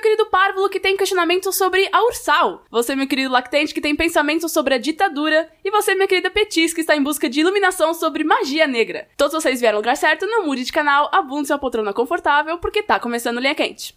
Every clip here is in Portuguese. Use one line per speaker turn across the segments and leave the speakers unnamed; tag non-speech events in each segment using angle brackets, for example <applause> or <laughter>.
Danilo, que tem questionamentos sobre a Ursal. Você, meu querido Lactente, que tem pensamentos sobre a ditadura. E você, minha querida Petis, que está em busca de iluminação sobre magia negra. Todos vocês vieram ao lugar certo, não mude de canal, abunde sua poltrona confortável, porque tá começando Linha Quente.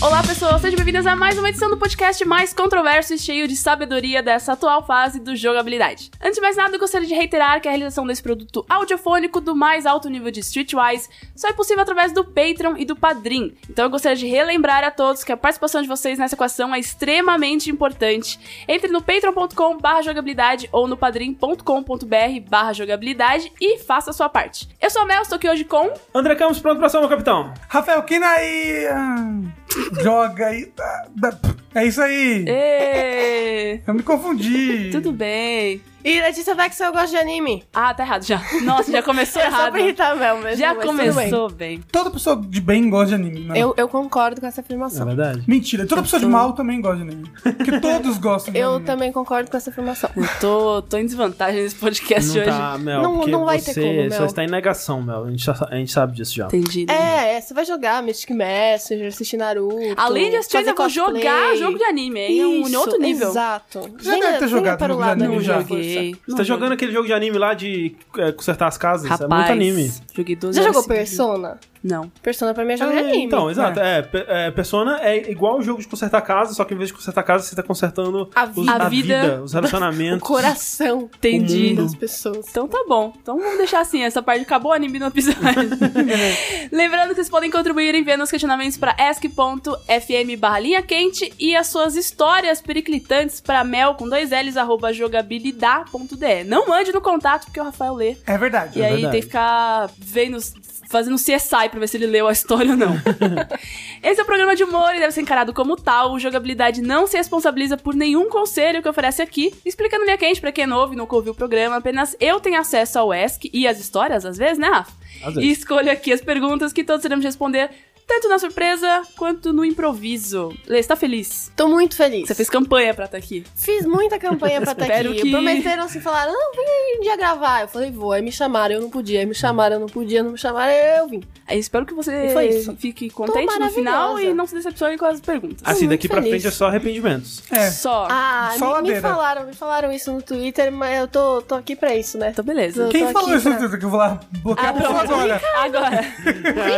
Olá, pessoal, sejam bem-vindos a mais uma edição do podcast mais controverso e cheio de sabedoria dessa atual fase do jogabilidade. Antes de mais nada, eu gostaria de reiterar que a realização desse produto audiofônico do mais alto nível de Streetwise só é possível através do Patreon e do Padrim. Então eu gostaria de relembrar a todos que a participação de vocês nessa equação é extremamente importante. Entre no patreon.com jogabilidade ou no padrim.com.br jogabilidade e faça a sua parte. Eu sou a Mel, estou aqui hoje com...
André Campos, pronto pra ação, meu capitão.
Rafael Kina aí ah, joga e. ah, da- É isso aí! <laughs>
Ê!
Eu me confundi!
<laughs> Tudo bem.
E Letícia Vex, eu gosto de anime.
Ah, tá errado já. Nossa, já
<laughs>
começou
É só
errado.
pra irritar mesmo. mesmo
Já
mas tudo
começou bem.
Toda pessoa de bem gosta de anime,
bem.
né?
Eu, eu concordo com essa afirmação.
verdade.
Mentira, toda pessoa de mal também gosta de anime.
<laughs>
Porque todos gostam de
Eu
anime.
também concordo com essa afirmação.
Eu tô, tô em desvantagem nesse podcast
Não
É hoje.
tá, Mel,
Não-
porque
não vai ter
você
como,
só
Mel.
está em negação, Mel. A gente, já sa- a gente sabe disso já.
Entendi. né?
É, é, você vai jogar Mystic Messenger, assistir Naruto.
Além de assistir,
fazer
ainda vou
cosplay.
jogar jogo de anime. hein? É um
Isso,
em outro nível.
Exato.
Você já deve ter jogado
para o
jogo de
lado
anime
da
Não
já.
minha
joguei.
força.
Você tá jogando aquele jogo de anime lá de é, consertar as casas?
Rapaz,
é muito anime.
Joguei 12
Já
horas
jogou
seguidas.
Persona?
Não.
Persona pra mim é jogo de
É,
anime.
Então, exato. É. pe- é, Persona é igual o jogo de consertar casa, só que em vez de consertar casa, você tá consertando
A
os-
vida.
A vida.
os
<laughs> O
relacionamentos.
coração
Entendi.
das pessoas.
Então tá bom. Então vamos deixar assim, essa parte acabou o anime no episódio. Lembrando que vocês podem contribuir enviando os questionamentos para ask.fm barra linha quente e as suas histórias periclitantes para mel com dois L's arroba jogabilidade.de. Não mande no contato porque o Rafael lê.
É verdade.
E aí
verdade.
tem que ficar vendo, fazendo CSI pra ver se ele leu a história ou não. Esse é um programa de humor e deve ser encarado como tal. O jogabilidade não se responsabiliza por nenhum conselho que oferece aqui. Explicando linha quente pra quem é novo e nunca ouviu o programa, apenas eu tenho acesso ao ESC e às histórias, às vezes, né, Rafa?
Às
E
vezes.
escolho aqui as perguntas que todos iremos responder, tanto na surpresa quanto no improviso. Lê, você tá feliz?
Tô muito feliz.
Você fez campanha pra estar aqui.
Fiz muita campanha pra estar
Espero
aqui.
que-
Prometeram assim, falaram, não, vem aí um dia gravar. Eu falei, vou. Aí me chamaram, eu não podia. Aí me chamaram, eu não podia. Não me chamaram, eu vim.
Eu espero que você
E foi isso.
fique contente no
maravilhosa.
final e não se decepcione com as perguntas.
Assim,
muito
daqui pra
feliz.
frente é só arrependimentos.
É.
Só.
Ah,
Só
me, me
ladeira.
falaram, me falaram isso no Twitter, mas eu tô, tô aqui pra isso, né?
Então, beleza.
Eu
Quem
tô
falou
aqui
isso
pra-
que eu vou lá bloquear
Ah,
a pessoa
pronto.
agora?
Agora,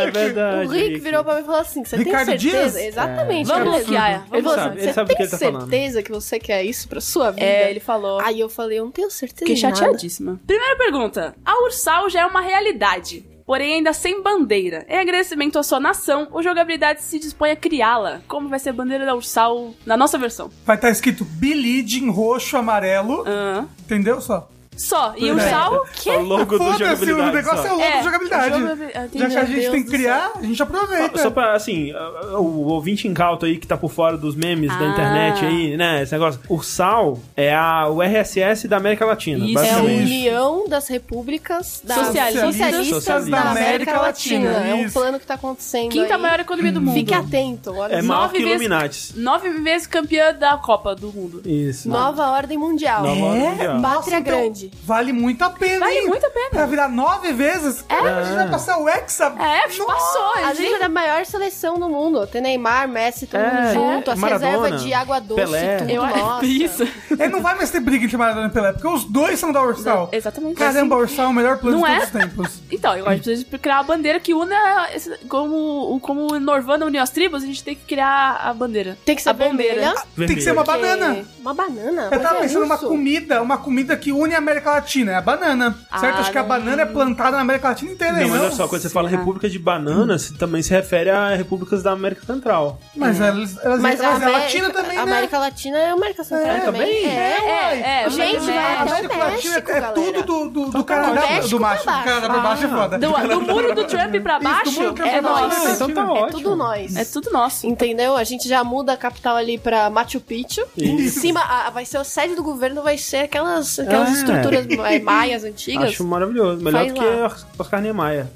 É verdade.
o Rick,
Rick.
virou pra mim e falou assim: você tem
Ricardo
certeza?
Dias?
Exatamente.
vamos
Ele falou assim,
bloquear.
Ele
Vamos
falou
sabe,
assim:
ele
você
sabe o que
tem
ele tá falando."
certeza que você quer isso pra sua vida?
É, ele falou.
Aí eu falei, eu não tenho certeza.
Fiquei
de nada."
chateadíssima. Primeira pergunta. A Ursal já é uma realidade, porém ainda sem bandeira. Em agradecimento à sua nação, o jogabilidade se dispõe a criá-la. Como vai ser a bandeira da Ursal na nossa versão?
Vai estar escrito Bilid em roxo, amarelo.
Ahn.
Entendeu só?
Só.
Hum.
E
É.
Ursal? que?
O logo do
Foda-se, o
jogabilidade.
negócio é
só.
o logo
É,
da jogabilidade.
jogabi- Ah, entendi.
Já que a
Meu
gente
Deus
tem
do
que criar, a gente aproveita.
Só, só pra, assim, uh, uh, o ouvinte incauto aí que tá por fora dos memes da
Ah.
internet aí, né? Esse negócio. O SAL é a, o RSS da América Latina.
Isso.
É a
basicamente.
União das Repúblicas da
Socialistas.
Socialistas
Socialistas
da América Latina. É um
Isso.
plano que tá acontecendo.
Quinta
aí.
maior economia
Hum.
do mundo.
Fique atento, olha.
É
só.
maior
Nove
que
vezes-
Illuminati.
Nove vezes campeã da Copa do Mundo.
Isso.
Nova ordem mundial.
Nova Ordem Mundial.
Pátria
então,
grande.
Vale muito a pena,
Vale
hein?
muito a pena.
Pra virar nove vezes? É. A gente vai passar o Hexa.
É, passou.
A
A
gente é da maior seleção do mundo. Tem Neymar, Messi, todo
É,
mundo junto. As
Maradona,
reservas de água doce,
Pelé.
tudo.
Eu
Nossa.
isso.
Ele não vai mais ter briga entre Maradona e Pelé, porque os dois são da Ursal.
Exatamente.
Caramba, a Ursal é o melhor plano
Não
de
é?
todos os
<laughs>
tempos.
Então, eu acho que precisa de criar uma bandeira que una, esse- como, o- como o Norvana uniu as tribos, a gente tem que criar a bandeira.
Tem que ser
A bombeira.
vermelha.
Tem que ser uma banana.
Porque- Uma banana?
Eu tava
Mas é
pensando numa
isso.
comida, uma comida que une a América Latina, é a banana. Certo?
Ah,
Acho que a
não.
banana é plantada na América Latina inteira,
Não,
hein?
mas
não?
olha só, quando você fala
Será?
República de Bananas, também se refere a repúblicas da América Central.
Mas elas, elas,
Mas a
elas é
América,
latina também,
a
né?
América Latina é a América Central
É,
também.
também. É, uai.
é,
Gente,
mas-
vai
A
até
América
o
Latina
México,
é
galera.
tudo do, do, do Canadá,
México pra
do macho.
baixo.
Do Canadá pra baixo é foda.
Do, do muro do Trump pra
Isso, do
baixo,
muro do Trump
é
pra
nós.
baixo.
Ah, então tá
É
ótimo.
É tudo nós.
É tudo nosso.
Entendeu? A gente já muda a capital ali pra Machu Picchu. Em
Isso.
cima, a- a- vai ser a sede do governo, vai ser aquelas, aquelas
É.
estruturas ma- maias antigas.
Acho maravilhoso. Melhor
Faz
do que
lá.
Os- Oscar Niemeyer.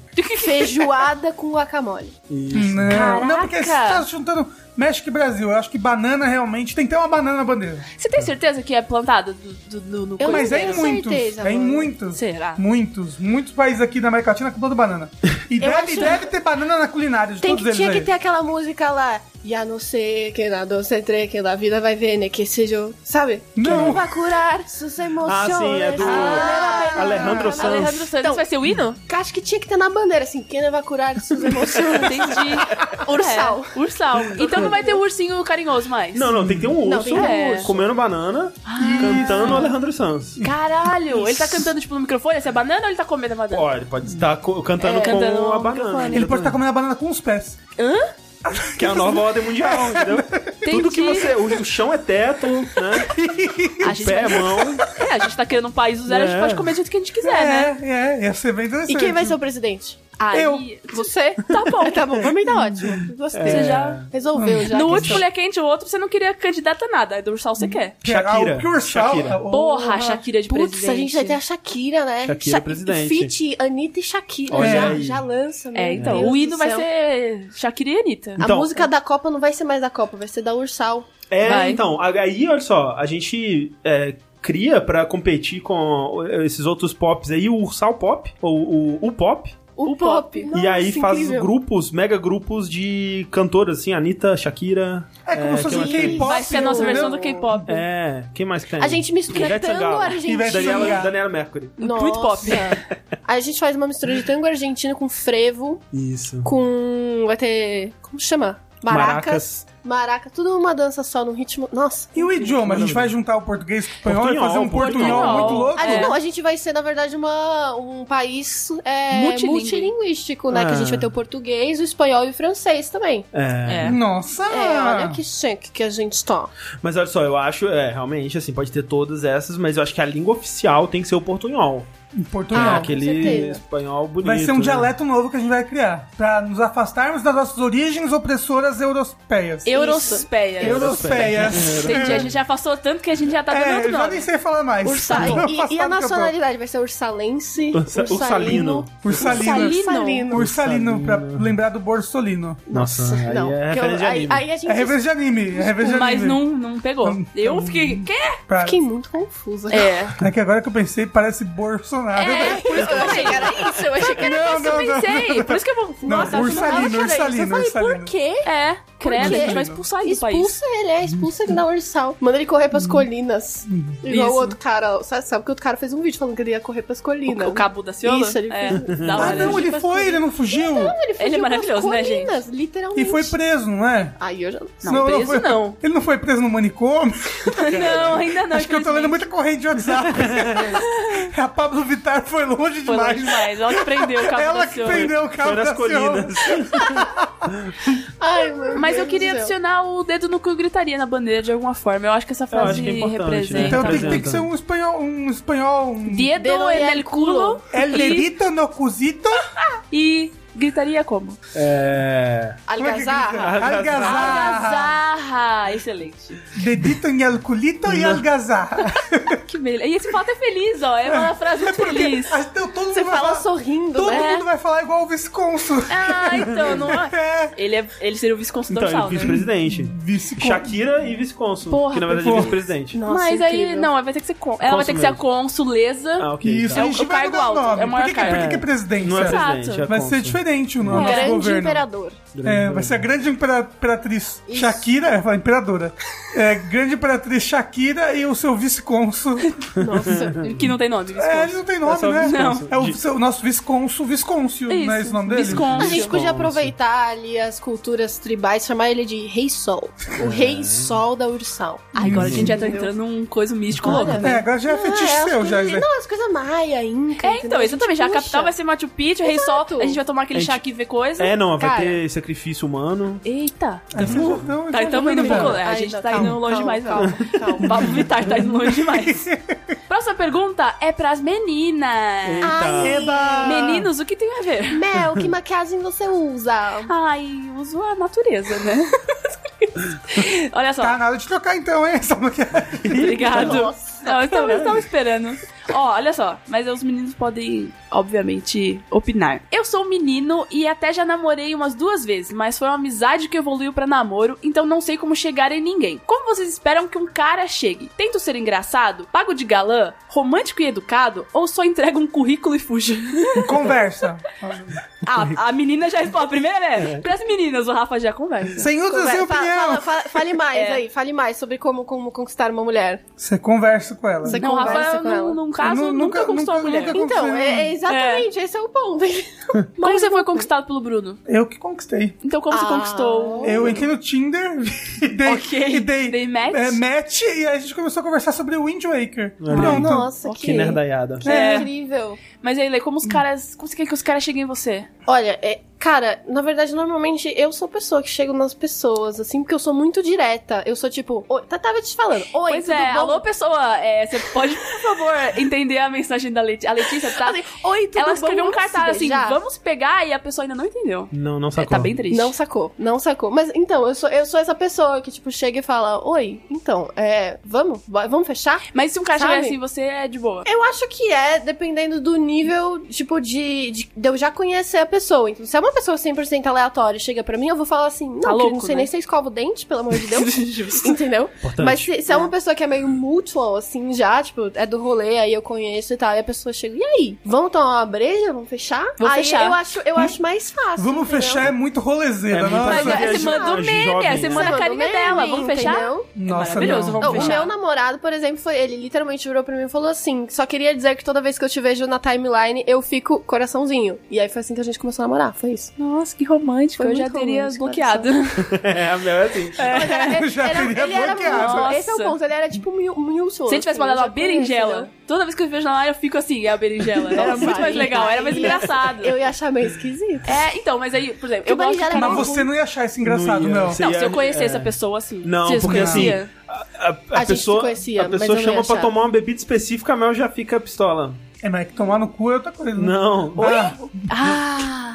Feijoada com guacamole.
Isso.
Não,
Caraca.
não, porque você tá juntando México e Brasil. Eu acho que banana realmente tem que ter uma banana na bandeira.
Você tem certeza que é plantada do, do- no- no
Eu-
coisa?
Mas é em
tenho
muitos.
certeza,
é em
mano.
muitos.
Será?
Muitos. Muitos países aqui da América Latina com toda
<laughs>
banana. E
Eu
deve,
acho-
deve ter banana na culinária de
Tem
todos
que,
eles
tinha
aí.
que ter aquela música lá. Ya no sé que na doce tre que la vida vai bene que seja, sabe? Que
Não.
não vai curar suas emoções.
sim, é do-
Ah,
Alejandro Sanz.
Alejandro Santos
Então-
vai ser o hino?
Acho que tinha que ter na bandeira, assim, quem não vai curar
<laughs>
suas emoções.
Entendi.
<laughs> Ursal.
É, ursal. Então não vai ter o ursinho carinhoso mais.
Não, não, tem que ter um urso,
Não, tem que ter um urso.
comendo banana, cantando Alejandro Sanz.
Caralho, ele tá cantando tipo no microfone, essa é banana ou ele tá comendo a banana?
Olha, pode estar co- cantando
É,
com
cantando
a
no
banana.
microfone.
Ele pode estar comendo a banana com os pés.
Que é a
<laughs>
nova ordem mundial, entendeu? Tudo que você. O, o chão é teto, né?
A
O
gente,
pé é mão.
<laughs> é, a gente tá criando um país do zero, a gente
É.
pode comer do jeito que a gente quiser, né?
é, é, ia ser bem interessante.
E quem vai ser o presidente?
Aí,
Eu.
você? <laughs> Tá bom,
Tá bom, pra mim tá ótimo. Gostei.
É.
Você já.
Resolveu já.
No
a questão.
último Mulher Quente, o outro, você não queria candidata a nada. Aí do Ursal você quer.
Que é
Shakira.
algo que o Ursal-
Shakira.
Oh,
Porra, Shakira de
Putz,
presidente.
a gente vai ter a Shakira, né?
Shakira é presidente.
Fit, Anitta e Shakira.
Olha
já,
aí.
já lança, meu
É, então,
Deus
o hino
do
vai
céu.
ser Shakira e Anitta.
A
Então-
música da Copa não vai ser mais da Copa, vai ser da Ursal.
É,
Vai.
então, aí, olha só, a gente é, cria pra competir com esses outros pops aí, o Ursal Pop, ou o, o Pop.
O,
O
pop.
pop.
e
Nossa,
aí faz
incrível.
grupos, mega grupos de cantoras, assim, Anitta, Shakira.
É como se fosse
quem
um
mais tem?
K-pop.
Vai ser a nossa versão do
entendeu?
K-pop.
É, quem mais tem?
A gente mistura
Ivete
tango
Sangalo.
argentino.
Ivete
Daniela,
Sangalo.
Daniela Mercury.
Nossa.
É, Muito pop.
A gente faz uma mistura de tango argentino com frevo,
Isso.
com. Vai ter. Como chama? Maracas. Maraca, tudo uma dança só, num ritmo. Nossa.
E o idioma? A gente vai juntar o português com o espanhol
Portunhol,
e fazer um portunhol,
portunhol.
muito louco?
A gente-
É.
Não, a gente vai ser, na verdade, uma, um país é,
Multilingue.
multilinguístico, né? Que a gente
Ah.
vai ter o português, o espanhol e o francês também.
É.
<laughs> É.
Nossa!
É,
Ah.
olha que chique que a gente tá.
Mas olha só, eu acho, é, realmente, assim, pode ter todas essas, mas eu acho que a língua oficial tem que ser o portunhol.
Em
É,
Um Portunhol.
Ah,
aquele
certeza.
espanhol bonito.
Vai ser um
né? <laughs>
dialeto novo que a gente vai criar. Pra nos afastarmos das nossas origens opressoras europeias.
Eurospeia.
Europeias.
Entendi, a gente já passou tanto que a gente já tá dando
É,
outro
eu já nem
nome.
sei falar mais.
Ursa...
Tô
e- E,
afastado
a
do que eu tô.
nacionalidade vai ser ursalense,
Ursa-
ursalino.
Ursalino.
Ursalino.
Ursalino. Ursalino, pra lembrar do Borsolino.
Nossa, aí
Não,
é
porque eu-
referência de
aí,
anime.
aí a gente
É revés de anime. É revés de anime.
Mas não, não pegou.
Não,
Eu
não.
fiquei. Quê?
Pra-
fiquei muito confusa.
É.
É que agora que eu pensei, parece Bolsonaro.
É, por isso que eu achei que era isso. Eu achei que era
<laughs> Não,
isso, eu
não, não,
pensei.
não.
Por isso que eu vou.
Não,
Nossa, eu achei que não
ursalino,
era isso.
ursalino,
Eu falei,
ursalino.
por quê?
É, credo, a gente
quê?
vai expulsar ele do país. Hum.
Expulsa ele, é, expulsa ele da Ursal. Manda ele correr pras colinas. Igual o
Isso.
outro cara. Sabe, sabe que o outro cara fez um vídeo falando que ele ia correr pras colinas.
né?
O, o cabo da Ciola?
Isso, ele
é.
fez.
Da
Ah,
hora.
não, ele foi,
assim,
ele não fugiu.
Ele, fugiu
Ele é
pras
maravilhoso, né,
colinas, Literalmente.
E foi preso, não é?
Aí eu já.
Não, preso
foi-
não.
Ele não foi preso no manicômio?
Não, ainda não.
Acho que eu tô lendo
infelizmente.
muita corrente de WhatsApp.
<laughs>
a Pablo Vittar foi longe
Foi
demais.
longe demais. Ela que prendeu o cabo
Ela
da
que
Ciola.
prendeu o
Foi
carro
nas
da senhora.
colinas.
Ai, meu
Mas
Deus
eu queria
do céu.
adicionar o dedo no cu e gritaria na bandeira de alguma forma. Eu acho que essa frase
acho que é importante,
representa.
né?
Então tem, tem
Apresenta.
que ser um espanhol, um espanhol, um...
Dedo en el culo.
El
e,
dedito no cusito.
e gritaria como?
É.
Como é que
Algazarra.
grita? Algazarra.
Algazarra! Ah. Excelente.
Dedito en el culito e algazarra.
Que beleza. E esse fato é feliz, ó. É uma frase muito
Porque
feliz.
então, todo mundo
é
Você
vai
fala
falar...
sorrindo,
Todo
né?
mundo vai falar igual o Visconso.
Ah, então, não é?
É.
Ele, é, ele seria o vice-consul
Então, ele é
Sal, né?
vice-presidente.
Visconso.
Shakira e vice-consul.
Porra,
Que na verdade é
porra.
vice-presidente.
Nossa,
Mas aí,
incrível.
não, vai ter que ser con... Ela vai ter que ser a consuleza.
Ah, ok.
Isso,
tá.
É
a
o-
gente
o
vai
cargo
mudar
alto,
nome.
é o maior Um
por que, que- por que
cargo.
que é presidência?
Não é
Exato.
presidente, é
Vai
cônsul.
ser diferente o no- nosso
Grande
<laughs>
governo.
imperador.
É, vai ser a grande impera- imperatriz
Isso.
Shakira, eu ia falar imperadora. É, grande imperatriz Shakira e o seu vice-consul.
Nossa.
Que não tem nome,
É, ele
vice-consul.
não tem
É
nome,
só
né?
Visconso.
É o,
De-
seu- o nosso vice-consul, Viscôncio, não é esse o nome dele?
A
Visconde.
gente podia
Nossa.
aproveitar ali as culturas tribais, chamar ele de Rei Sol. O
É.
Rei Sol da Ursal.
Ai, agora a gente já tá entrando num coisa místico louco.
Olha,
né?
É, agora já é fetiche
Ah, as
seu, já,
coisas-
já.
Não, as coisas maia, inca.
É, então, exatamente. Já a capital vai
ser...
ser Machu Picchu, Rei Sol.
Exato.
A gente vai tomar aquele
A gente-
chá aqui e ver coisa.
É, não, vai
Cara.
ter sacrifício humano.
Eita.
Aí você já- não,
Tá,
então
estamos indo um
já-
pouco longe. A gente tá indo longe demais, não. O
<laughs>
Pablo Vittar tá indo longe demais. Próxima pergunta é pras meninas.
Ai,
Eba!
Meninos, o que tem a ver?
Mel, que maquiagem você usa?
Ai, uso a natureza, <laughs> né? Olha só.
Tá na hora de trocar então, hein? Só que-
Obrigado.
Nossa.
Não, estamos, estamos esperando. Ó, olha só, mas os meninos podem, obviamente, opinar. Eu sou um menino e até já namorei umas duas vezes, mas foi uma amizade que evoluiu pra namoro, então não sei como chegar em ninguém. Como vocês esperam que um cara chegue? Tento ser engraçado, pago de galã, romântico e educado, ou só entrego um currículo e fujo?
Conversa.
Ah, a menina já respondeu. A primeira é. Pras meninas, o Rafa já conversa.
Sem uso sem
Conver- fa- fala-
opinião.
fa- fale mais
É.
aí, fale mais sobre como, como conquistar uma mulher.
Você conversa com ela.
Você
Não, o
conversa
Rafa,
com ela.
num, num caso,
Eu nu-
nunca,
nunca-
conquistou a
nunca-
mulher.
nunca-
Então,
Confirma.
é, é exatamente, esse é
<laughs>
o ponto.
Como você foi conquistado pelo Bruno?
Eu que conquistei.
Então, como você
Ah.
conquistou?
Eu entrei no Tinder <laughs> e dei,
Ok,
e dei,
dei match?
é, match, e aí a gente começou a conversar sobre o Wind Waker.
Ai,
Pronto.
Nossa,
Que nerdaiada.
que
É.
incrível.
Mas aí, Lê, como os caras. Como você quer que os caras cheguem em você?
Olha, é, cara, na verdade, normalmente eu sou a pessoa que chego nas pessoas, assim, porque eu sou muito direta. Eu sou tipo, oi, tá- tava te falando, oi,
pois
tudo
é,
bom?
alô pessoa, é, você pode, por favor, entender a mensagem da Letícia. A Letícia tá.
Assim, oi, tudo
ela
bom?
escreveu um
Vamos se
cartaz assim,
beijar?"
vamos pegar, e a pessoa ainda não entendeu.
Não, não
É,
sacou.
tá bem triste.
Não sacou, não sacou. Mas então, eu sou, eu sou essa pessoa que, tipo, chega e fala, oi, então, é, vamos, Bo- vamos fechar?
Mas se um cara chegar
Sabe?
assim, você é de boa.
Eu acho que é, dependendo do nível, tipo, de, de, de eu já conhecer a pessoa. Então, se é uma pessoa 100% aleatória e chega pra mim, eu vou falar assim, não,
Tá
querido,
louco,
não sei
né?
nem se eu escovo o dente, pelo amor
<laughs>
de <laughs> Deus.
Justo.
Entendeu?
Tá,
Importante.
Mas
tipo,
se, se é uma pessoa que é meio mutual, assim, já, tipo, é do rolê, aí eu conheço e tal, e a pessoa chega, e aí? Vamos tomar uma breja? Vamos fechar?
Vamos
aí
fechar.
eu acho, eu acho mais fácil.
Hum? Vamos
Assim, entendeu?
fechar, é muito rolezeira.
É muito
Mas
nossa,
rolezeira.
você
viagem
manda o meme,
jovem,
você
né?
manda a
Mano,
carinha
no
dela,
um meme,
vamos fechar?
entendeu?
nossa
maravilhoso,
não.
vamos
Não, o
fechar.
meu namorado, por exemplo, foi ele literalmente virou pra mim e falou assim: só queria dizer que toda vez que eu te vejo na timeline, eu fico coraçãozinho. E aí foi assim que a gente começou a namorar, foi
<laughs>
isso.
Nossa, que romântico,
Foi
eu já
muito
teria
romântico, né?
bloqueado.
<laughs> É, a meu é assim.
Mas era-
Eu já
era-
teria
ele era
bloqueado.
muito- Esse é o
Nossa.
ponto, ele era tipo assim, mil, mil
Se ele tivesse mandado uma berinjela, toda vez que eu vejo na live eu fico assim, é a berinjela. Era
Nossa,
muito mais
aí-
legal,
<laughs>
era mais
aí-
engraçado.
Eu ia achar meio esquisito.
É, então, mas aí, por exemplo, eu gosto de
berinjela é
cara-
Mas você não ia achar isso engraçado,
Não ia.
não.
Você
Não,
ia-
se eu conhecer
é.
essa pessoa, assim.
Não,
Vocês
porque
conheciam?
A,
A gente
pessoa,
se conhecia,
a
mas
pessoa
eu não
chama
ia
pra
achar.
tomar uma bebida específica, a Mel já fica pistola.
É, mas que tomar no cu é outra coisa. né?
Não.
Ah,
Ah!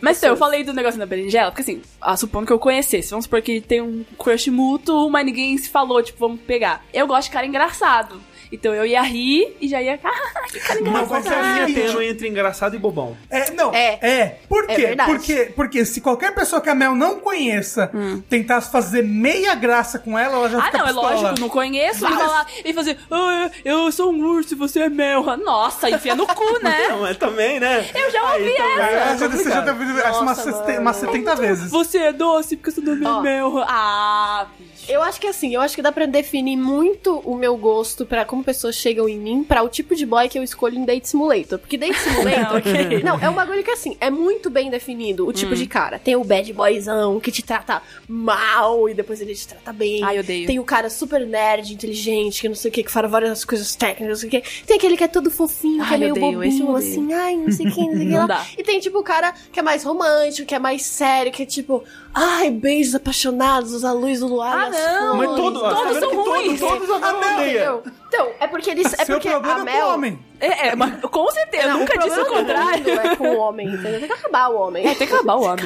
Mas então, eu falei do negócio da berinjela, porque assim, ah, supondo que eu conhecesse, vamos supor que tem um crush mútuo, mas ninguém se falou, tipo, vamos pegar. Eu gosto de cara engraçado. Então eu ia rir e já ia. Ah, que
Tá
cara
mas
engraçado.
vai ser é a
é Linha
linha
tênue entre engraçado e bobão.
É, não.
É.
É. Por
É
quê?
verdade.
porque, porque se qualquer pessoa que a Mel não conheça
Hum.
tentasse fazer meia graça com ela, ela já
Ah,
fica
não, é
pistola.
lógico, não conheço. E
Mas-
falar, e fazer, ah, eu sou um urso e você é melra. Nossa, enfia no cu, né?
<laughs> Não, mas também, né?
Eu já ouvi essa.
É, você- você já tá ouvindo acho umas,
Nossa,
sete- umas 70 vezes.
Você é doce porque você também é
Ó.
melra. Ah, bicho.
Eu acho que assim, eu acho que dá pra definir muito o meu gosto pra como pessoas chegam em mim, pra o tipo de boy que eu escolho em Date Simulator. Porque
<laughs>
Date Simulator.
ok. Hum.
Não, é um bagulho que assim, é muito bem definido o tipo de cara. Tem o bad boyzão que te trata mal e depois ele te trata bem.
Ai, odeio.
Tem o cara super nerd, inteligente, que não sei o que, que fala várias coisas técnicas, não sei o que. Tem aquele que é todo fofinho, que
Ai,
é meio
odeio, esse eu
bobinho,
odeio.
assim, ai, não sei o que, não sei o que
<laughs> Não
lá.
dá.
E tem, tipo, o cara que é mais romântico, que é mais sério, que é tipo, ai, beijos apaixonados, a luz do
Ah,
luar. e as
não!
flores.
Mas todo, ó,
Todos
tá vendo
são
que todo-
ruins.
todos a Mel odeia.
Ah, Entendeu? Então, é porque eles. É
Seu
porque a
problema é com o
Mel.
homem.
É, é, mas com certeza, eu
Não,
nunca
o
disse o
problema do
contrário.
mundo É com o homem, entendeu? Tem que acabar o homem.
É, tem que acabar o homem.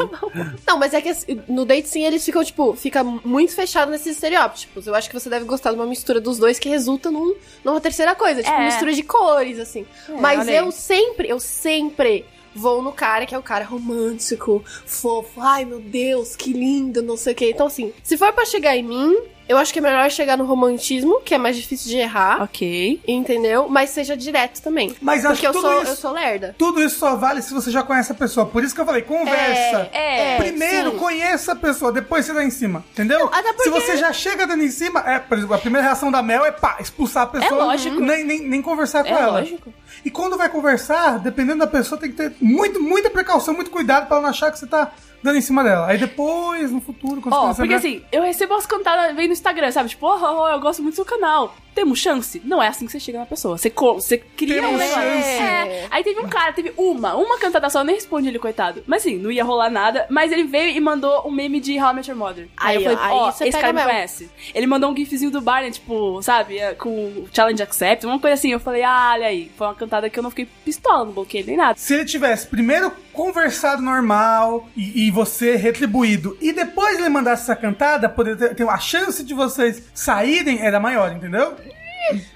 Não, mas é que assim, no date sim eles ficam, tipo, fica muito fechado nesses estereótipos. Eu acho que você deve gostar de uma mistura dos dois que resulta num, numa terceira coisa, tipo,
É.
mistura de cores, assim. mas
olha aí.
eu sempre, eu sempre vou no cara que é o cara romântico, fofo, ai meu Deus, que lindo, não sei o quê. Então, assim, se for pra chegar em mim, eu acho que é melhor chegar no romantismo, que é mais difícil de errar.
Ok.
Entendeu? Mas seja direto também.
Mas acho
Porque
que
eu
tudo
sou,
isso-
eu sou lerda.
Tudo isso só vale se você já conhece a pessoa. Por isso que eu falei, conversa.
É,
Primeiro,
sim.
conheça a pessoa, depois você dá em cima. Entendeu?
até porque-
Se você já chega dando em cima, é, por exemplo, a primeira reação da Mel é pá, expulsar a pessoa.
É lógico.
Nem, nem, nem conversar com
É
ela.
lógico.
E quando vai conversar, dependendo da pessoa, tem que ter muito, muita precaução, muito cuidado pra ela não achar que você tá dando em cima dela. Aí depois, no futuro, quando
Ó,
você
porque
perceber-
assim, eu recebo umas cantadas vem no Instagram, sabe? Tipo, oh, oh, oh, eu gosto muito do seu canal. Temos chance? Não é assim que você chega na pessoa. Você, co- você cria um
Temos
negócio.
chance.
É. Aí teve um cara, teve uma, uma cantada só, eu nem respondi ele, coitado. Mas assim, não ia rolar nada. Mas ele veio e mandou um meme de How I Met Your Mother. Aí,
Aí,
eu
ó, aí
falei, ó,
você
esse
pega
cara me
mesmo.
conhece. Ele mandou um gifzinho do Barney, tipo, sabe? é, Com o Challenge Accept, uma coisa assim. Eu falei, ah, olha aí. Foi uma cantada que eu não fiquei pistola, não bloqueei nem nada.
Se ele tivesse primeiro conversado normal e, e você retribuído, e depois ele mandasse essa cantada, poder ter, ter- a chance de vocês saírem era maior, entendeu?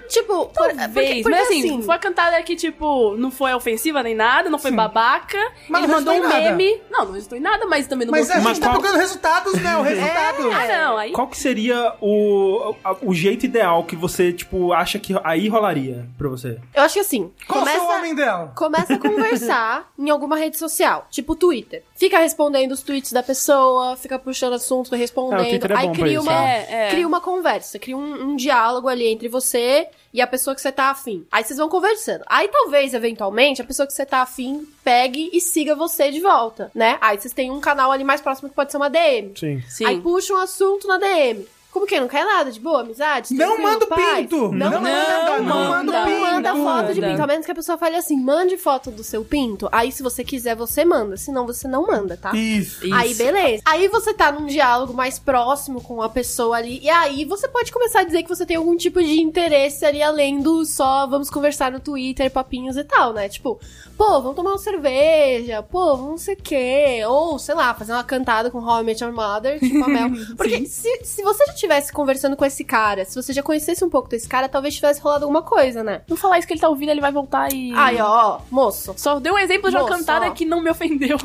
Tipo, por-
Talvez,
porque, porque
mas assim,
assim,
foi a cantada que, tipo, não foi ofensiva nem nada, não foi
Sim.
babaca.
Mas
ele
não
mandou
resultou
um
em nada.
meme. Não, não resultou em nada, mas é também não
Mas a
mostrou.
gente
Mas
tá
qual-
procurando resultados, né? O resultado.
Ah, não, aí.
Qual que seria o, a- o jeito ideal que você, tipo, acha que aí rolaria pra você?
eu acho que assim,
Qual
começa...
é o homem dela?
Começa
<laughs>
a conversar em alguma rede social, tipo Twitter. Fica respondendo os tweets da pessoa, fica puxando assunto,
É, o
respondendo.
Twitter é
aí
bom pra
cria
isso,
uma,
né? É, é.
cria uma conversa, cria um, um diálogo ali entre você e a pessoa que você tá afim. Aí vocês vão conversando. Aí talvez, eventualmente, a pessoa que você tá afim pegue e siga você de volta, né? Aí vocês têm um canal ali mais próximo que pode ser uma DM.
Sim.
Sim.
Aí puxa um assunto na DM. Como que é? não quer nada? De boa, amizade?
Não
tranquilo,
manda o
paz?
pinto!
Não,
manda,
Não manda, não manda o
Não
pinto!
manda foto de
Manda.
pinto, a menos que a pessoa fale assim, mande foto do seu pinto. Aí, se você quiser, você manda. Senão, você não manda, tá?
Isso.
Isso.
Aí, beleza. Aí você tá num diálogo mais próximo com a pessoa ali. E aí você pode começar a dizer que você tem algum tipo de interesse ali, além do só vamos conversar no Twitter, papinhos e tal, né? Tipo, pô, vamos tomar uma cerveja, pô, vamos não sei o quê. Ou, sei lá, fazer uma cantada com How I Met Your Mother, tipo
<laughs>
a Mel. Porque se, se você já tivesse conversando com esse cara, se você já conhecesse um pouco desse cara, talvez tivesse rolado alguma coisa, né?
Não falar isso que ele tá ouvindo, ele vai voltar e.
Aí, ó, ó, moço,
Só deu um exemplo de uma
Moço,
cantada
ó.
que não me ofendeu.